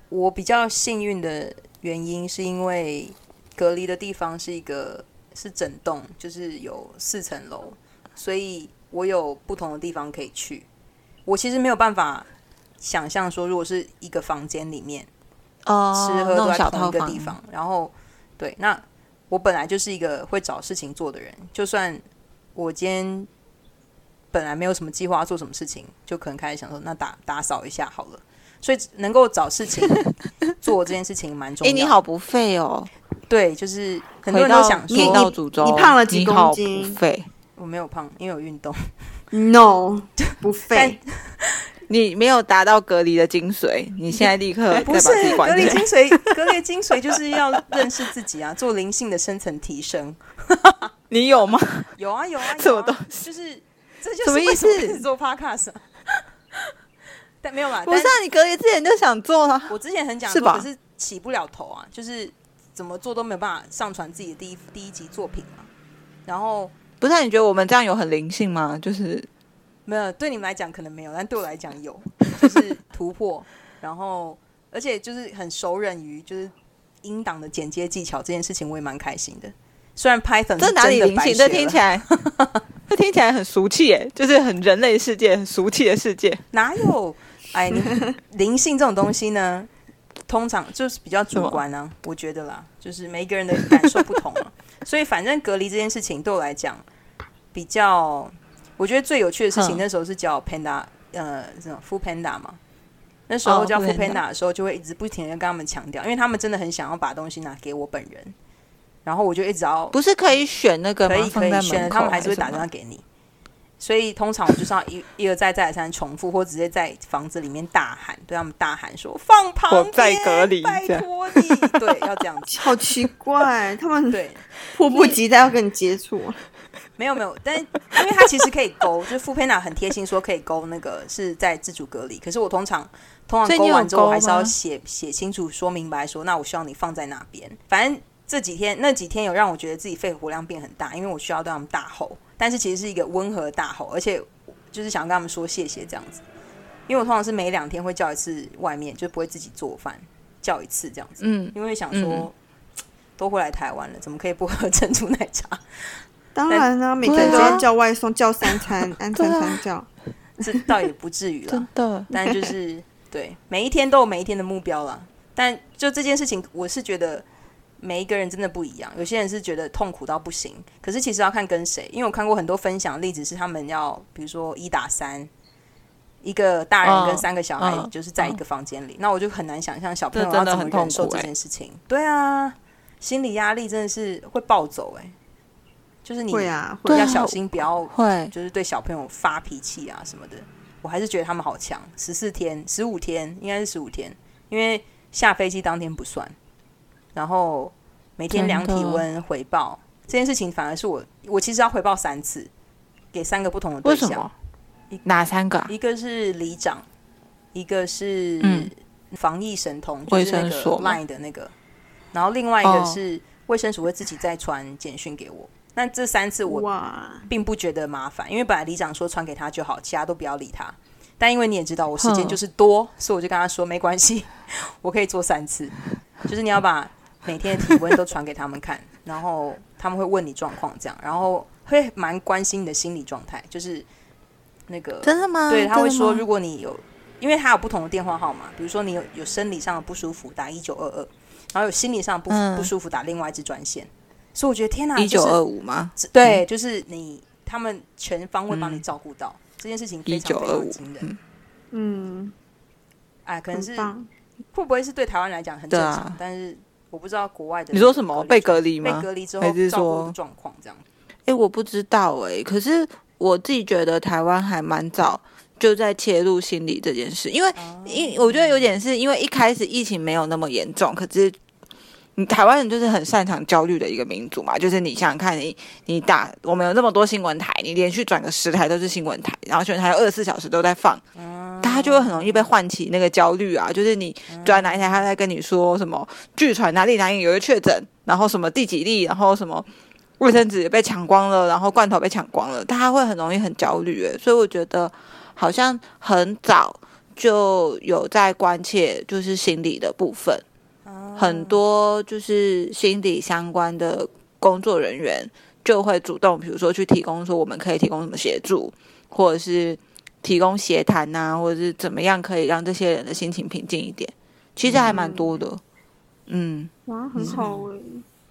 Speaker 1: 我比较幸运的原因，是因为隔离的地方是一个是整栋，就是有四层楼，所以我有不同的地方可以去。我其实没有办法想象说，如果是一个房间里面
Speaker 3: 哦
Speaker 1: 吃喝都
Speaker 3: 种
Speaker 1: 在
Speaker 3: 小
Speaker 1: 同
Speaker 3: 套
Speaker 1: 一个地
Speaker 3: 房，
Speaker 1: 方，然后对，那我本来就是一个会找事情做的人，就算我今天本来没有什么计划做什么事情，就可能开始想说，那打打扫一下好了。所以能够找事 情做这件事情蛮重要
Speaker 3: 哎，
Speaker 1: 的。
Speaker 3: 你好不废哦，
Speaker 1: 对，就是很多
Speaker 3: 回
Speaker 1: 人都
Speaker 3: 到
Speaker 1: 想
Speaker 3: 回
Speaker 1: 说，
Speaker 3: 到祖宗，
Speaker 2: 你胖了几
Speaker 3: 你好
Speaker 2: 公斤
Speaker 3: 不废，
Speaker 1: 我没有胖，因为我运动。
Speaker 2: no 不废，
Speaker 3: 你没有达到隔离的精髓，你现在立刻再
Speaker 1: 不
Speaker 3: 把
Speaker 1: 是
Speaker 3: 自己
Speaker 1: 隔
Speaker 3: 关
Speaker 1: 离
Speaker 3: 起
Speaker 1: 精
Speaker 3: 来。
Speaker 1: 髓，隔离精髓就是要认识自己啊，做灵性的深层提升。
Speaker 3: 你有吗？
Speaker 1: 有啊有啊，有啊
Speaker 3: 什么东
Speaker 1: 西？就是这就是
Speaker 3: 什么意
Speaker 1: 为
Speaker 3: 思
Speaker 1: 什么开始做 podcast？、啊、 但没有啦，
Speaker 3: 不是
Speaker 1: 但
Speaker 3: 啊，你隔离之前就想做了。
Speaker 1: 我之前很讲
Speaker 3: 是
Speaker 1: 说，
Speaker 3: 吧
Speaker 1: 可是起不了头啊，就是怎么做都没有办法上传自己的第一第一集作品嘛。然后
Speaker 3: 不是、啊，你觉得我们这样有很灵性吗？就是
Speaker 1: 没有对你们来讲可能没有，但对我来讲有， 就是突破。然后而且就是很熟人于就是音档的剪接技巧这件事情，我也蛮开心的。虽然 Python
Speaker 3: 这哪
Speaker 1: 真
Speaker 3: 里
Speaker 1: 的
Speaker 3: 灵
Speaker 1: 白
Speaker 3: 性？
Speaker 1: 学
Speaker 3: 这
Speaker 1: 了
Speaker 3: 听起来， 这听起来很俗气耶，就是很人类世界、很俗气的世界。
Speaker 1: 哪有？哎， 你灵性这种东西呢，通常就是比较主观啊，我觉得啦，就是每一个人的感受不同 啊。所以反正隔离这件事情对我来讲，比较我觉得最有趣的事情，
Speaker 3: 嗯
Speaker 1: 那时候是叫 Panda，呃，什么 Food Panda 嘛。那时候
Speaker 3: 哦
Speaker 1: 叫
Speaker 3: Food
Speaker 1: Food
Speaker 3: Panda
Speaker 1: Panda 的时候，就会一直不停的跟他们强调，因为他们真的很想要把东西拿给我本人，然后我就一直要
Speaker 3: 不是可以选那个吗？
Speaker 1: 可以可
Speaker 3: 放在
Speaker 1: 以
Speaker 3: 门
Speaker 1: 选了，
Speaker 3: 口
Speaker 1: 他们还是会
Speaker 3: 什么
Speaker 1: 打电话给你。所以通常我就是要一一而再再而三重复，或直接在房子里面大喊，对他们大喊说放旁边，
Speaker 4: 我在隔离
Speaker 1: 拜
Speaker 4: 这样
Speaker 1: 托你，对，要这样子，
Speaker 2: 好奇怪，他们
Speaker 1: 对，
Speaker 2: 迫不及待要跟你接触。啊
Speaker 1: 没有没有，但因为他其实可以勾，就是傅佩娜很贴心说可以勾那个是在自主隔离，可是我通常通
Speaker 3: 所
Speaker 1: 常
Speaker 3: 以你
Speaker 1: 勾
Speaker 3: 有
Speaker 1: 完之后
Speaker 3: 勾
Speaker 1: 还是要
Speaker 3: 吗
Speaker 1: 写写清楚说明白说，那我希望你放在哪边。反正这几天那几天有让我觉得自己肺活量变很大，因为我需要对他们大吼，但是其实是一个温和的大吼，而且就是想跟他们说谢谢这样子。因为我通常是每两天会叫一次外面，就不会自己做饭，叫一次这样子，
Speaker 3: 嗯，
Speaker 1: 因为想说、
Speaker 3: 嗯
Speaker 1: 都会来台湾了，怎么可以不喝珍珠奶茶？
Speaker 2: 当然啦、每
Speaker 3: 啊
Speaker 2: 天都要叫外送，叫三餐，按三餐叫。
Speaker 1: 这倒也不至于啦
Speaker 3: 真。的。
Speaker 1: 但就是对，每一天都有每一天的目标啦。但就这件事情，我是觉得每一个人真的不一样，有些人是觉得痛苦到不行，可是其实要看跟谁，因为我看过很多分享例子是他们要，比如说一打三。一个大人跟
Speaker 3: 嗯
Speaker 1: 三个小孩
Speaker 3: 嗯
Speaker 1: 就是在一个房间里，那我就很难想象小朋友
Speaker 3: 这真
Speaker 1: 要
Speaker 3: 的
Speaker 1: 怎么
Speaker 3: 很痛
Speaker 1: 忍受
Speaker 3: 苦
Speaker 1: 这
Speaker 3: 欸
Speaker 1: 件事情。对啊，心理压力真的是会暴走哎、就是你
Speaker 2: 会啊，会
Speaker 3: 对
Speaker 1: 要
Speaker 3: 啊
Speaker 1: 小心，不要
Speaker 3: 会，
Speaker 1: 就是对小朋友发脾气啊什么的，我还是觉得他们好强。十四天、十五天，应该是十五天，因为下飞机当天不算。然后每天量体温回报这件事情，反而是我我其实要回报三次，给三个不同的对
Speaker 3: 为什
Speaker 1: 象
Speaker 3: 么，？哪三个啊？
Speaker 1: 一个是里长，一个是
Speaker 3: 嗯
Speaker 1: 防疫神童，
Speaker 3: 卫
Speaker 1: 就是那
Speaker 3: 生
Speaker 1: 个
Speaker 3: 所吗
Speaker 1: Line 的那个，然后另外一个
Speaker 3: 哦
Speaker 1: 是卫生署会自己再传简讯给我。那这三次我
Speaker 2: 哇，
Speaker 1: 并不觉得麻烦，因为本来里长说传给他就好，其他都不要理他。但因为你也知道我时间
Speaker 3: 哼
Speaker 1: 就是多，所以我就跟他说没关系， 我可以做三次，就是你要把每天的体温都传给他们看， 然后他们会问你状况这样，然后会蛮关心你的心理状态，就是那个
Speaker 3: 真的吗？
Speaker 1: 对，他会
Speaker 3: 真的
Speaker 1: 说，
Speaker 3: 吗
Speaker 1: 如果你有，因为他有不同的电话号码，比如说你有有生理上的不舒服，打一九二二，然后有心理上不、
Speaker 3: 嗯
Speaker 1: 不舒服，打另外一支专线。所以我觉得天哪，
Speaker 3: 一九
Speaker 1: 就是
Speaker 3: 二五吗？
Speaker 1: 这对，
Speaker 3: 嗯
Speaker 1: 就是你他们全方位帮你照顾到、这件事情，非常非常
Speaker 3: 1925
Speaker 1: 惊人。
Speaker 2: 嗯，
Speaker 1: 哎，可能是
Speaker 2: 很棒。
Speaker 1: 会不会是对台湾来讲很正常，
Speaker 3: 对啊
Speaker 1: 但是我不知道国外的
Speaker 3: 你说什么被隔离
Speaker 1: 被
Speaker 3: 吗？
Speaker 1: 隔离之
Speaker 3: 还
Speaker 1: 后
Speaker 3: 是
Speaker 1: 照顾的
Speaker 3: 说
Speaker 1: 状况这样。
Speaker 3: 诶，我不知道诶，可是我自己觉得台湾还蛮早就在切入心理这件事，因为因我觉得有点是因为一开始疫情没有那么严重，可是你台湾人就是很擅长焦虑的一个民族嘛，就是你想想看你，你打我们有那么多新闻台，你连续转个十台都是新闻台，然后新闻台二十四小时都在放，大家就会很容易被唤起那个焦虑啊，就是你转哪一台，他在跟你说什么，据传哪里哪里有人确诊，然后什么第几例，然后什么。卫生纸也被抢光了，然后罐头被抢光了，大家会很容易很焦虑耶，所以我觉得好像很早就有在关切，就是心理的部分，很多就是心理相关的工作人员就会主动，比如说去提供说我们可以提供什么协助，或者是提供协谈呐、或者是怎么样可以让这些人的心情平静一点，其实还蛮多的，嗯
Speaker 2: 哇，很好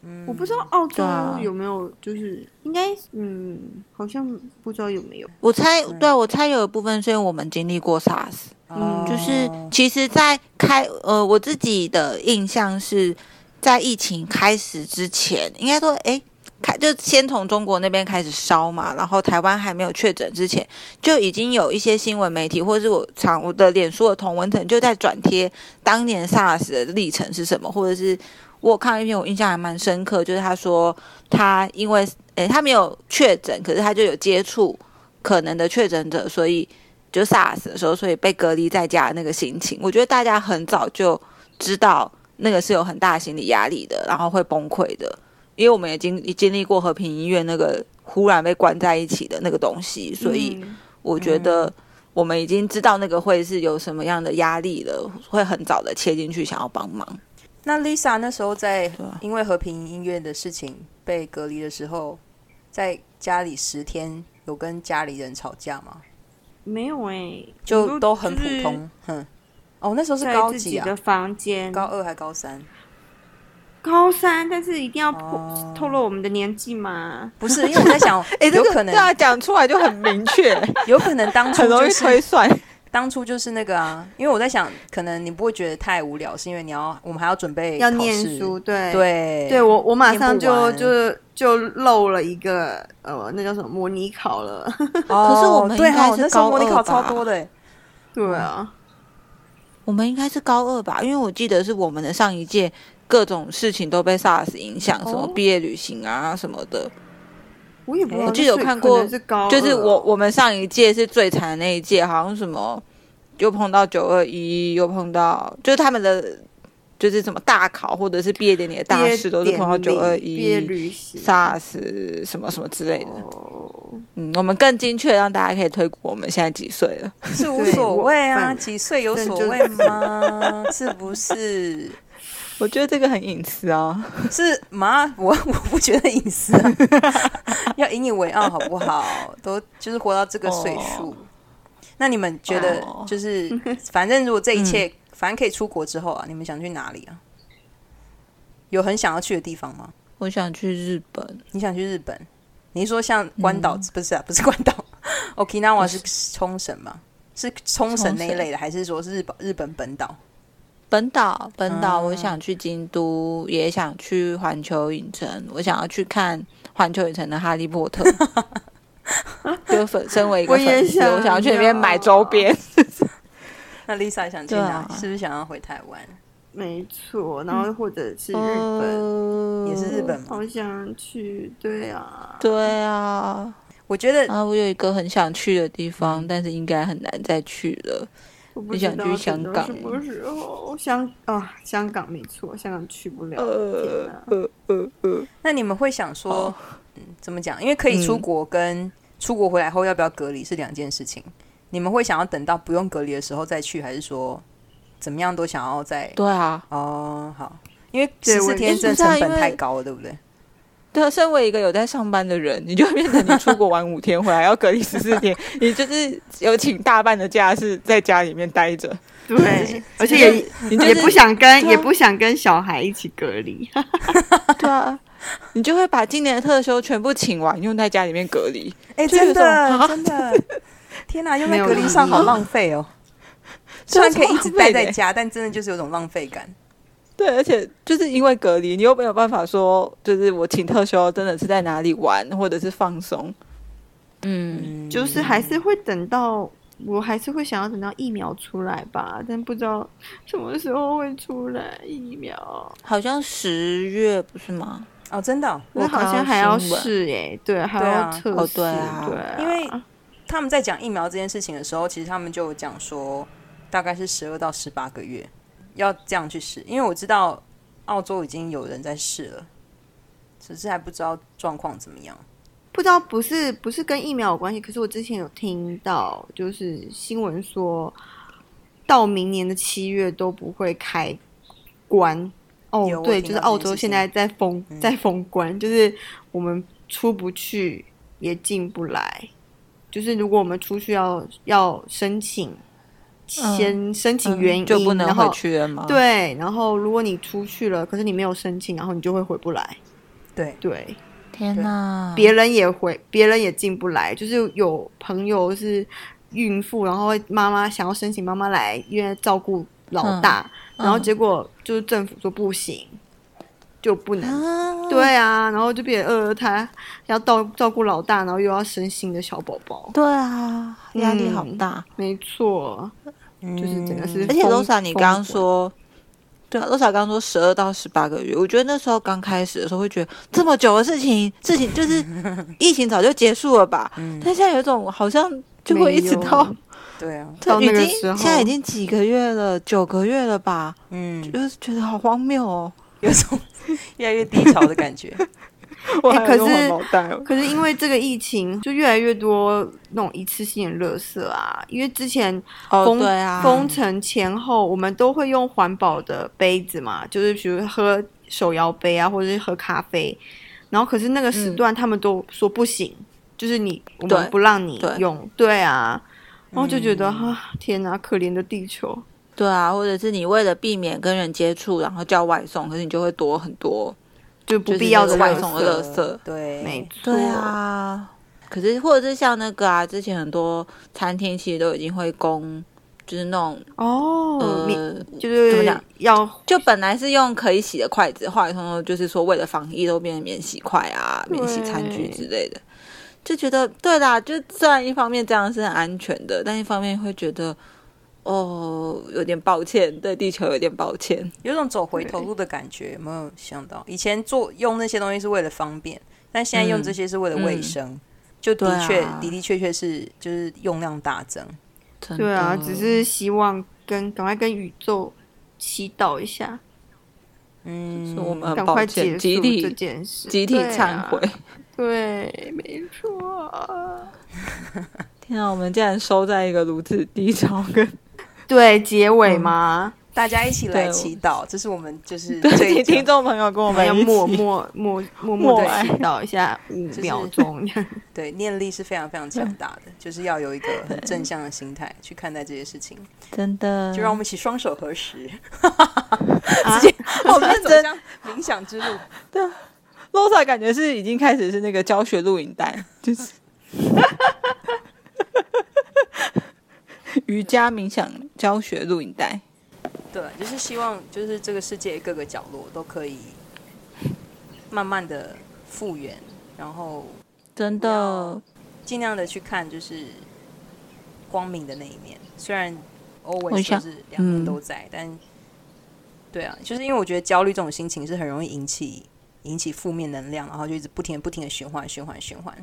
Speaker 2: 哎、我不知
Speaker 1: 嗯
Speaker 2: 道澳洲
Speaker 3: 对啊
Speaker 2: 有没有，就是应该，嗯，好像不知道有没有。
Speaker 3: 我猜，对啊我猜有一部分是因为我们经历过 SARS，、
Speaker 2: 嗯
Speaker 1: 哦
Speaker 3: 就是其实，在开呃，我自己的印象是在疫情开始之前，应该说，诶，开就先从中国那边开始烧嘛，然后台湾还没有确诊之前，就已经有一些新闻媒体或是我常我的脸书的同文层就在转贴当年 SARS 的历程是什么，或者是我有看到一篇我印象还蛮深刻，就是他说他因为诶他没有确诊，可是他就有接触可能的确诊者，所以就 SARS 的时候，所以被隔离在家的那个心情，我觉得大家很早就知道那个是有很大的心理压力的，然后会崩溃的，因为我们已经经历过和平医院那个忽然被关在一起的那个东西，所以。
Speaker 2: 嗯
Speaker 3: 我觉得我们已经知道那个会是有什么样的压力了，会很早的切进去想要帮忙。
Speaker 1: 那 Lisa 那时候在
Speaker 3: 啊
Speaker 1: 因为和平音乐的事情被隔离的时候，在家里十天有跟家里人吵架吗？
Speaker 2: 没有哎、
Speaker 1: 就都很普
Speaker 2: 就是
Speaker 1: 通，哼。哦，那时候是
Speaker 2: 在
Speaker 1: 高
Speaker 2: 自
Speaker 1: 几
Speaker 2: 己
Speaker 1: 啊？
Speaker 2: 的房间，
Speaker 1: 高二还高三？
Speaker 2: 高三，但是一定要透
Speaker 1: 哦
Speaker 2: 透露我们的年纪嘛。
Speaker 1: 不 是，因为我在想
Speaker 3: 哎，，
Speaker 1: 有可能
Speaker 3: 这样讲出来就很明 确，
Speaker 1: 有可能当初
Speaker 3: 很容易
Speaker 1: 就
Speaker 3: 推
Speaker 1: 是
Speaker 3: 算。
Speaker 1: 当初就是那个啊，因为我在想，可能你不会觉得太无聊，是因为你要我们还要准备
Speaker 2: 要
Speaker 1: 考
Speaker 2: 念
Speaker 1: 试
Speaker 2: 书，对
Speaker 1: 对
Speaker 2: 对，我我马
Speaker 1: 念
Speaker 2: 上
Speaker 1: 不
Speaker 2: 就
Speaker 1: 完
Speaker 2: 就是就漏了一个呃，那叫什么模拟考了？
Speaker 3: 可是我们
Speaker 1: 对
Speaker 3: 应该
Speaker 1: 哦
Speaker 3: 是
Speaker 1: 那时候
Speaker 3: 高
Speaker 1: 模拟
Speaker 3: 二
Speaker 1: 考超
Speaker 3: 吧
Speaker 1: 多的 欸，
Speaker 2: 对啊，
Speaker 3: 我们应该是高二吧，因为我记得是我们的上一届各种事情都被 SARS 影响，什么
Speaker 2: 哦
Speaker 3: 毕业旅行啊什么的。
Speaker 2: 我也不知道
Speaker 3: 我
Speaker 2: 是，
Speaker 3: 记得有看过
Speaker 2: 可能是高，哦
Speaker 3: 就是我，我们上一届是最惨的那一届，好像什么又碰到九二一，又碰到就是他们的就是什么大考或者是毕业典礼的大事都是碰到
Speaker 2: 毕业典
Speaker 3: 九
Speaker 2: 礼
Speaker 3: 二
Speaker 2: 毕业
Speaker 3: 一、
Speaker 2: 旅行
Speaker 3: SARS 什么什么之类的。
Speaker 2: 哦，
Speaker 3: 嗯，我们更精确让大家可以推估我们现在几岁了。
Speaker 1: 是无
Speaker 2: 对
Speaker 1: 所
Speaker 2: 我
Speaker 1: 谓啊，
Speaker 2: 反
Speaker 1: 几岁有
Speaker 2: 正
Speaker 1: 所
Speaker 2: 就
Speaker 1: 谓吗？是不是？
Speaker 3: 我觉得这个很隐私啊。
Speaker 1: 是吗？我 我不觉得隐私、啊， 要引以为傲好不好？都就是活到这个岁数。那你们觉得
Speaker 3: 哦嗯
Speaker 1: 就是，反正如果这一切、反正可以出国之后啊，你们想去哪里啊？有很想要去的地方吗？
Speaker 3: 我想去日本，
Speaker 1: 你想去日本？你是说像关
Speaker 3: 嗯
Speaker 1: 岛、不是啊，不是关岛 ，Okinawa 是冲绳吗？是冲绳那一类的，还是说是日本日本本岛？
Speaker 3: 本岛，本岛，
Speaker 1: 啊
Speaker 2: 嗯
Speaker 3: 我想去京都，也想去环球影城，我想要去看环球影城的《哈利波 特》。就粉身为一个
Speaker 2: 我也
Speaker 3: 粉丝，
Speaker 2: 想
Speaker 3: 我想要去里面买周边。
Speaker 1: 那 Lisa 想去
Speaker 3: 对
Speaker 1: 哪
Speaker 3: 啊
Speaker 1: 里？是不是想要回台湾？
Speaker 2: 没错，然后或者是日本，
Speaker 3: 呃
Speaker 1: 也是日本吗？
Speaker 2: 好想去，对啊，
Speaker 3: 对啊，
Speaker 1: 我觉得
Speaker 3: 啊，我有一个很想去的地
Speaker 2: 嗯
Speaker 3: 方，但是应该很难再去了。
Speaker 2: 我不
Speaker 3: 你
Speaker 2: 知
Speaker 3: 想
Speaker 2: 道
Speaker 3: 去
Speaker 2: 等
Speaker 3: 香
Speaker 2: 到
Speaker 3: 港
Speaker 2: 什么时候？香啊，香港没错，香港去不了，天哪
Speaker 3: 呃呃呃，
Speaker 1: 那你们会想说
Speaker 3: 哦，
Speaker 1: 嗯，怎么讲？因为可以出
Speaker 3: 嗯
Speaker 1: 国跟出国回来后要不要隔离是两件事情。你们会想要等到不用隔离的时候再去，还是说怎么样都想要再？
Speaker 3: 对啊，
Speaker 1: 哦，好，因为
Speaker 2: 对
Speaker 1: 十
Speaker 2: 我
Speaker 1: 四
Speaker 2: 也
Speaker 1: 天
Speaker 3: 是
Speaker 1: 这
Speaker 3: 不是啊
Speaker 1: 成本
Speaker 3: 因为
Speaker 1: 太高了，对不对？
Speaker 3: 对啊，身为一个有在上班的人，你就会变成你出国玩五天，回来要隔离十四天，你就是有请大半的假是在家里面待着，
Speaker 2: 对，而且
Speaker 3: 就是
Speaker 2: 也
Speaker 3: 你就是
Speaker 2: 也不想跟
Speaker 3: 对啊
Speaker 2: 也不想跟小孩一起隔离，
Speaker 3: 对啊，你就会把今年的特休全部请完，用在家里面隔离，
Speaker 1: 哎，
Speaker 3: 就有
Speaker 1: 真
Speaker 3: 一种
Speaker 1: 的
Speaker 3: 啊
Speaker 1: 真的，天 哪，用在
Speaker 2: 没有
Speaker 1: 隔离
Speaker 2: 意
Speaker 1: 上好
Speaker 2: 义
Speaker 1: 浪费哦。虽然可以一直
Speaker 3: 这
Speaker 1: 待
Speaker 3: 是浪费的
Speaker 1: 在
Speaker 3: 欸
Speaker 1: 家，但真的就是有种浪费感。
Speaker 3: 对，而且就是因为隔离，你又没有办法说，就是我请特休真的是在哪里玩或者是放松，嗯，
Speaker 1: 嗯，
Speaker 2: 就是还是会等到。我还是会想要等到疫苗出来吧，但不知道什么时候会出来疫苗。
Speaker 3: 好像十月不是吗？
Speaker 1: 哦，真的哦，
Speaker 2: 那
Speaker 3: 我
Speaker 2: 好
Speaker 3: 看到
Speaker 2: 像还要
Speaker 3: 新闻
Speaker 2: 试哎、对，还
Speaker 1: 对
Speaker 2: 要
Speaker 1: 啊
Speaker 2: 测
Speaker 3: 哦
Speaker 2: 试，
Speaker 3: 对啊
Speaker 1: 因为他们在讲疫苗这件事情的时候，其实他们就有讲说，大概是十二到十八个月要这样去试，因为我知道澳洲已经有人在试了，只是还不知道状况怎么样。
Speaker 2: 不知道不是不是跟疫苗有关系，可是我之前有听到就是新闻说，到明年的七月都不会开关。哦
Speaker 1: 有，我
Speaker 2: 对，
Speaker 1: 听
Speaker 2: 就是
Speaker 1: 到这
Speaker 2: 澳
Speaker 1: 件
Speaker 2: 洲
Speaker 1: 事
Speaker 2: 现
Speaker 1: 情
Speaker 2: 在在封、
Speaker 1: 嗯
Speaker 2: 在封关，就是我们出不去也进不来。就是如果我们出去要要申请，先申请原因，
Speaker 3: 就不能
Speaker 2: 然后
Speaker 3: 回去了吗？，
Speaker 2: 对，然后如果你出去了，可是你没有申请，然后你就会回不来。
Speaker 1: 对
Speaker 2: 对，
Speaker 3: 嗯天哪，
Speaker 2: 别人也回，别人也进不来。就是有朋友是孕妇，然后妈妈想要申请妈妈来医院照顾老大，
Speaker 3: 嗯
Speaker 2: 然后结果就是政府说不行，就不能。
Speaker 3: 啊，
Speaker 2: 对啊，然后就变成呃，他要照照顾老大，然后又要生新的小宝宝，
Speaker 3: 对啊，压力好
Speaker 2: 嗯
Speaker 3: 大。
Speaker 2: 没错，
Speaker 3: 嗯
Speaker 2: 就是整个是
Speaker 3: 而且
Speaker 2: 疯
Speaker 3: Rosa，你
Speaker 2: 疯
Speaker 3: 刚
Speaker 2: 狂
Speaker 3: 刚说，对啊，Rosa 刚刚说十二到十八个月，我觉得那时候刚开始的时候会觉得这么久的事情，事情就是 疫情早就结束了吧？ 但现在有一种好像就会一直
Speaker 2: 没有
Speaker 3: 到
Speaker 1: 嗯对啊，
Speaker 3: 对
Speaker 2: 到那个
Speaker 3: 已经
Speaker 2: 时候
Speaker 3: 现在已经几个月了，九个月了吧？
Speaker 1: 嗯，
Speaker 3: 就是觉得好荒谬哦。
Speaker 1: 有种越来越低潮的感 觉。
Speaker 3: 我
Speaker 2: 还有用环保
Speaker 3: 袋，
Speaker 2: 可是因为这个疫情，就越来越多那种一次性的垃圾啊。因为之前
Speaker 3: 哦
Speaker 2: 封、
Speaker 3: 对啊，
Speaker 2: 封城前后，我们都会用环保的杯子嘛，就是比如喝手摇杯啊，或者是喝咖啡。然后可是那个时段，他们都说不行，就是你我
Speaker 3: 嗯对
Speaker 2: 们不让你
Speaker 3: 对嗯
Speaker 2: 用，对啊。然后就觉得哈、啊，天哪，可怜的地球。
Speaker 3: 对啊，或者是你为了避免跟人接触，然后叫外送，可是你就会多很多
Speaker 2: 就不
Speaker 3: 就是
Speaker 2: 必要
Speaker 3: 那
Speaker 2: 的
Speaker 3: 个外
Speaker 2: 垃
Speaker 3: 送
Speaker 2: 圾
Speaker 3: 的垃圾
Speaker 1: 对，
Speaker 2: 没错，
Speaker 3: 对，啊啊，可是或者是像那个啊，之前很多餐厅其实都已经会供就是那种
Speaker 2: 哦，
Speaker 3: 呃
Speaker 2: 你就
Speaker 3: 怎么
Speaker 2: 是
Speaker 3: 讲
Speaker 2: 要
Speaker 3: 就本来是用可以洗的筷子，后来通通就是说为了防疫都变成免洗筷啊、
Speaker 2: 对
Speaker 3: 免洗餐具之类的，就觉得对啦，就虽然一方面这样是很安全的，但一方面会觉得哦有点抱歉，对地球有点抱歉。
Speaker 1: 有种走回头路的感觉，有没有想到？以前做用那些东西是为了方便，但现在用这些是为了卫生，就的确、
Speaker 3: 对啊
Speaker 1: 的的确确是就是用量大增。
Speaker 3: 真的
Speaker 2: 对啊，只是希望跟赶快跟宇宙祈祷一下，
Speaker 1: 嗯，
Speaker 3: 是我们很
Speaker 2: 赶
Speaker 3: 抱
Speaker 2: 快
Speaker 3: 歉，
Speaker 2: 结
Speaker 3: 集
Speaker 2: 束这
Speaker 3: 体
Speaker 2: 件事，
Speaker 3: 集体
Speaker 2: 对
Speaker 3: 忏
Speaker 2: 啊
Speaker 3: 悔。
Speaker 2: 对，没错。
Speaker 3: 天啊，我们竟然收在一个如此低潮跟
Speaker 2: 对，结尾吗？
Speaker 1: 大家一起来
Speaker 3: 对
Speaker 1: 祈祷，这是我们就是
Speaker 3: 对
Speaker 1: 最
Speaker 3: 听众朋友跟我
Speaker 2: 我
Speaker 3: 们
Speaker 2: 们要
Speaker 3: 一起
Speaker 2: 默默默默默
Speaker 3: 默哀
Speaker 2: 的祈祷一下五
Speaker 1: 是
Speaker 2: 秒钟。
Speaker 1: 对念力是非常非常强大的，
Speaker 3: 嗯
Speaker 1: 就是要有一个很正向的心态去看待这些事情。
Speaker 3: 真的
Speaker 1: 就让我们一起双手合十，
Speaker 2: 啊
Speaker 1: 好
Speaker 3: 认真
Speaker 1: 走向冥想之路。
Speaker 3: Losa 感觉是已经开始是那个教学录影带，就是 瑜伽冥想教学录影带。
Speaker 1: 对，就是希望就是这个世界各个角落都可以慢慢的复原，然后
Speaker 3: 真的，
Speaker 1: 尽量的去看就是光明的那一面，虽然
Speaker 3: 我
Speaker 1: always
Speaker 3: 想嗯
Speaker 1: 就是两面都在，但对啊，就是因为我觉得焦虑这种心情是很容易引起引起负面能量，然后就一直不停不停的循环循环循环。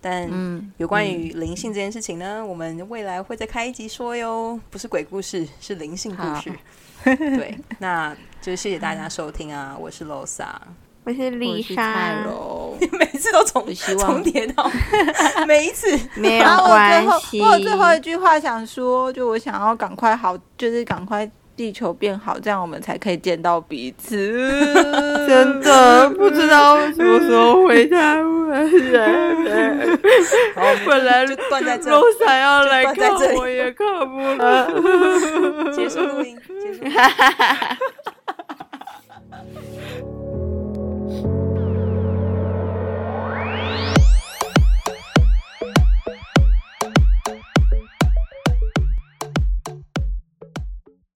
Speaker 1: 但
Speaker 3: 嗯，
Speaker 1: 有关于灵性这件事情呢，我们未来会再开一集说哟，不是鬼故事，是灵性故事。 对，那就谢谢大家收听啊， 我是 Losa，
Speaker 2: 我是丽
Speaker 3: 我是蔡
Speaker 2: 莎，
Speaker 3: 柔，
Speaker 1: 每次都重
Speaker 3: 我希
Speaker 1: 重
Speaker 3: 望
Speaker 1: 叠到 每一次。
Speaker 2: 没有
Speaker 3: 然后
Speaker 2: 关
Speaker 3: 啊我
Speaker 2: 系。
Speaker 3: 最后我有最后一句话想说，就我想要赶快好，就是赶快地球变好，这样我们才可以见到彼此。
Speaker 2: 真的不知道什么时候回台湾，
Speaker 1: 然后我们
Speaker 2: 本来
Speaker 1: 就断在 这，
Speaker 2: 露莎要来
Speaker 1: 就断在
Speaker 2: 看
Speaker 1: 这里
Speaker 2: 我也看不了。
Speaker 1: 结束录音，结束。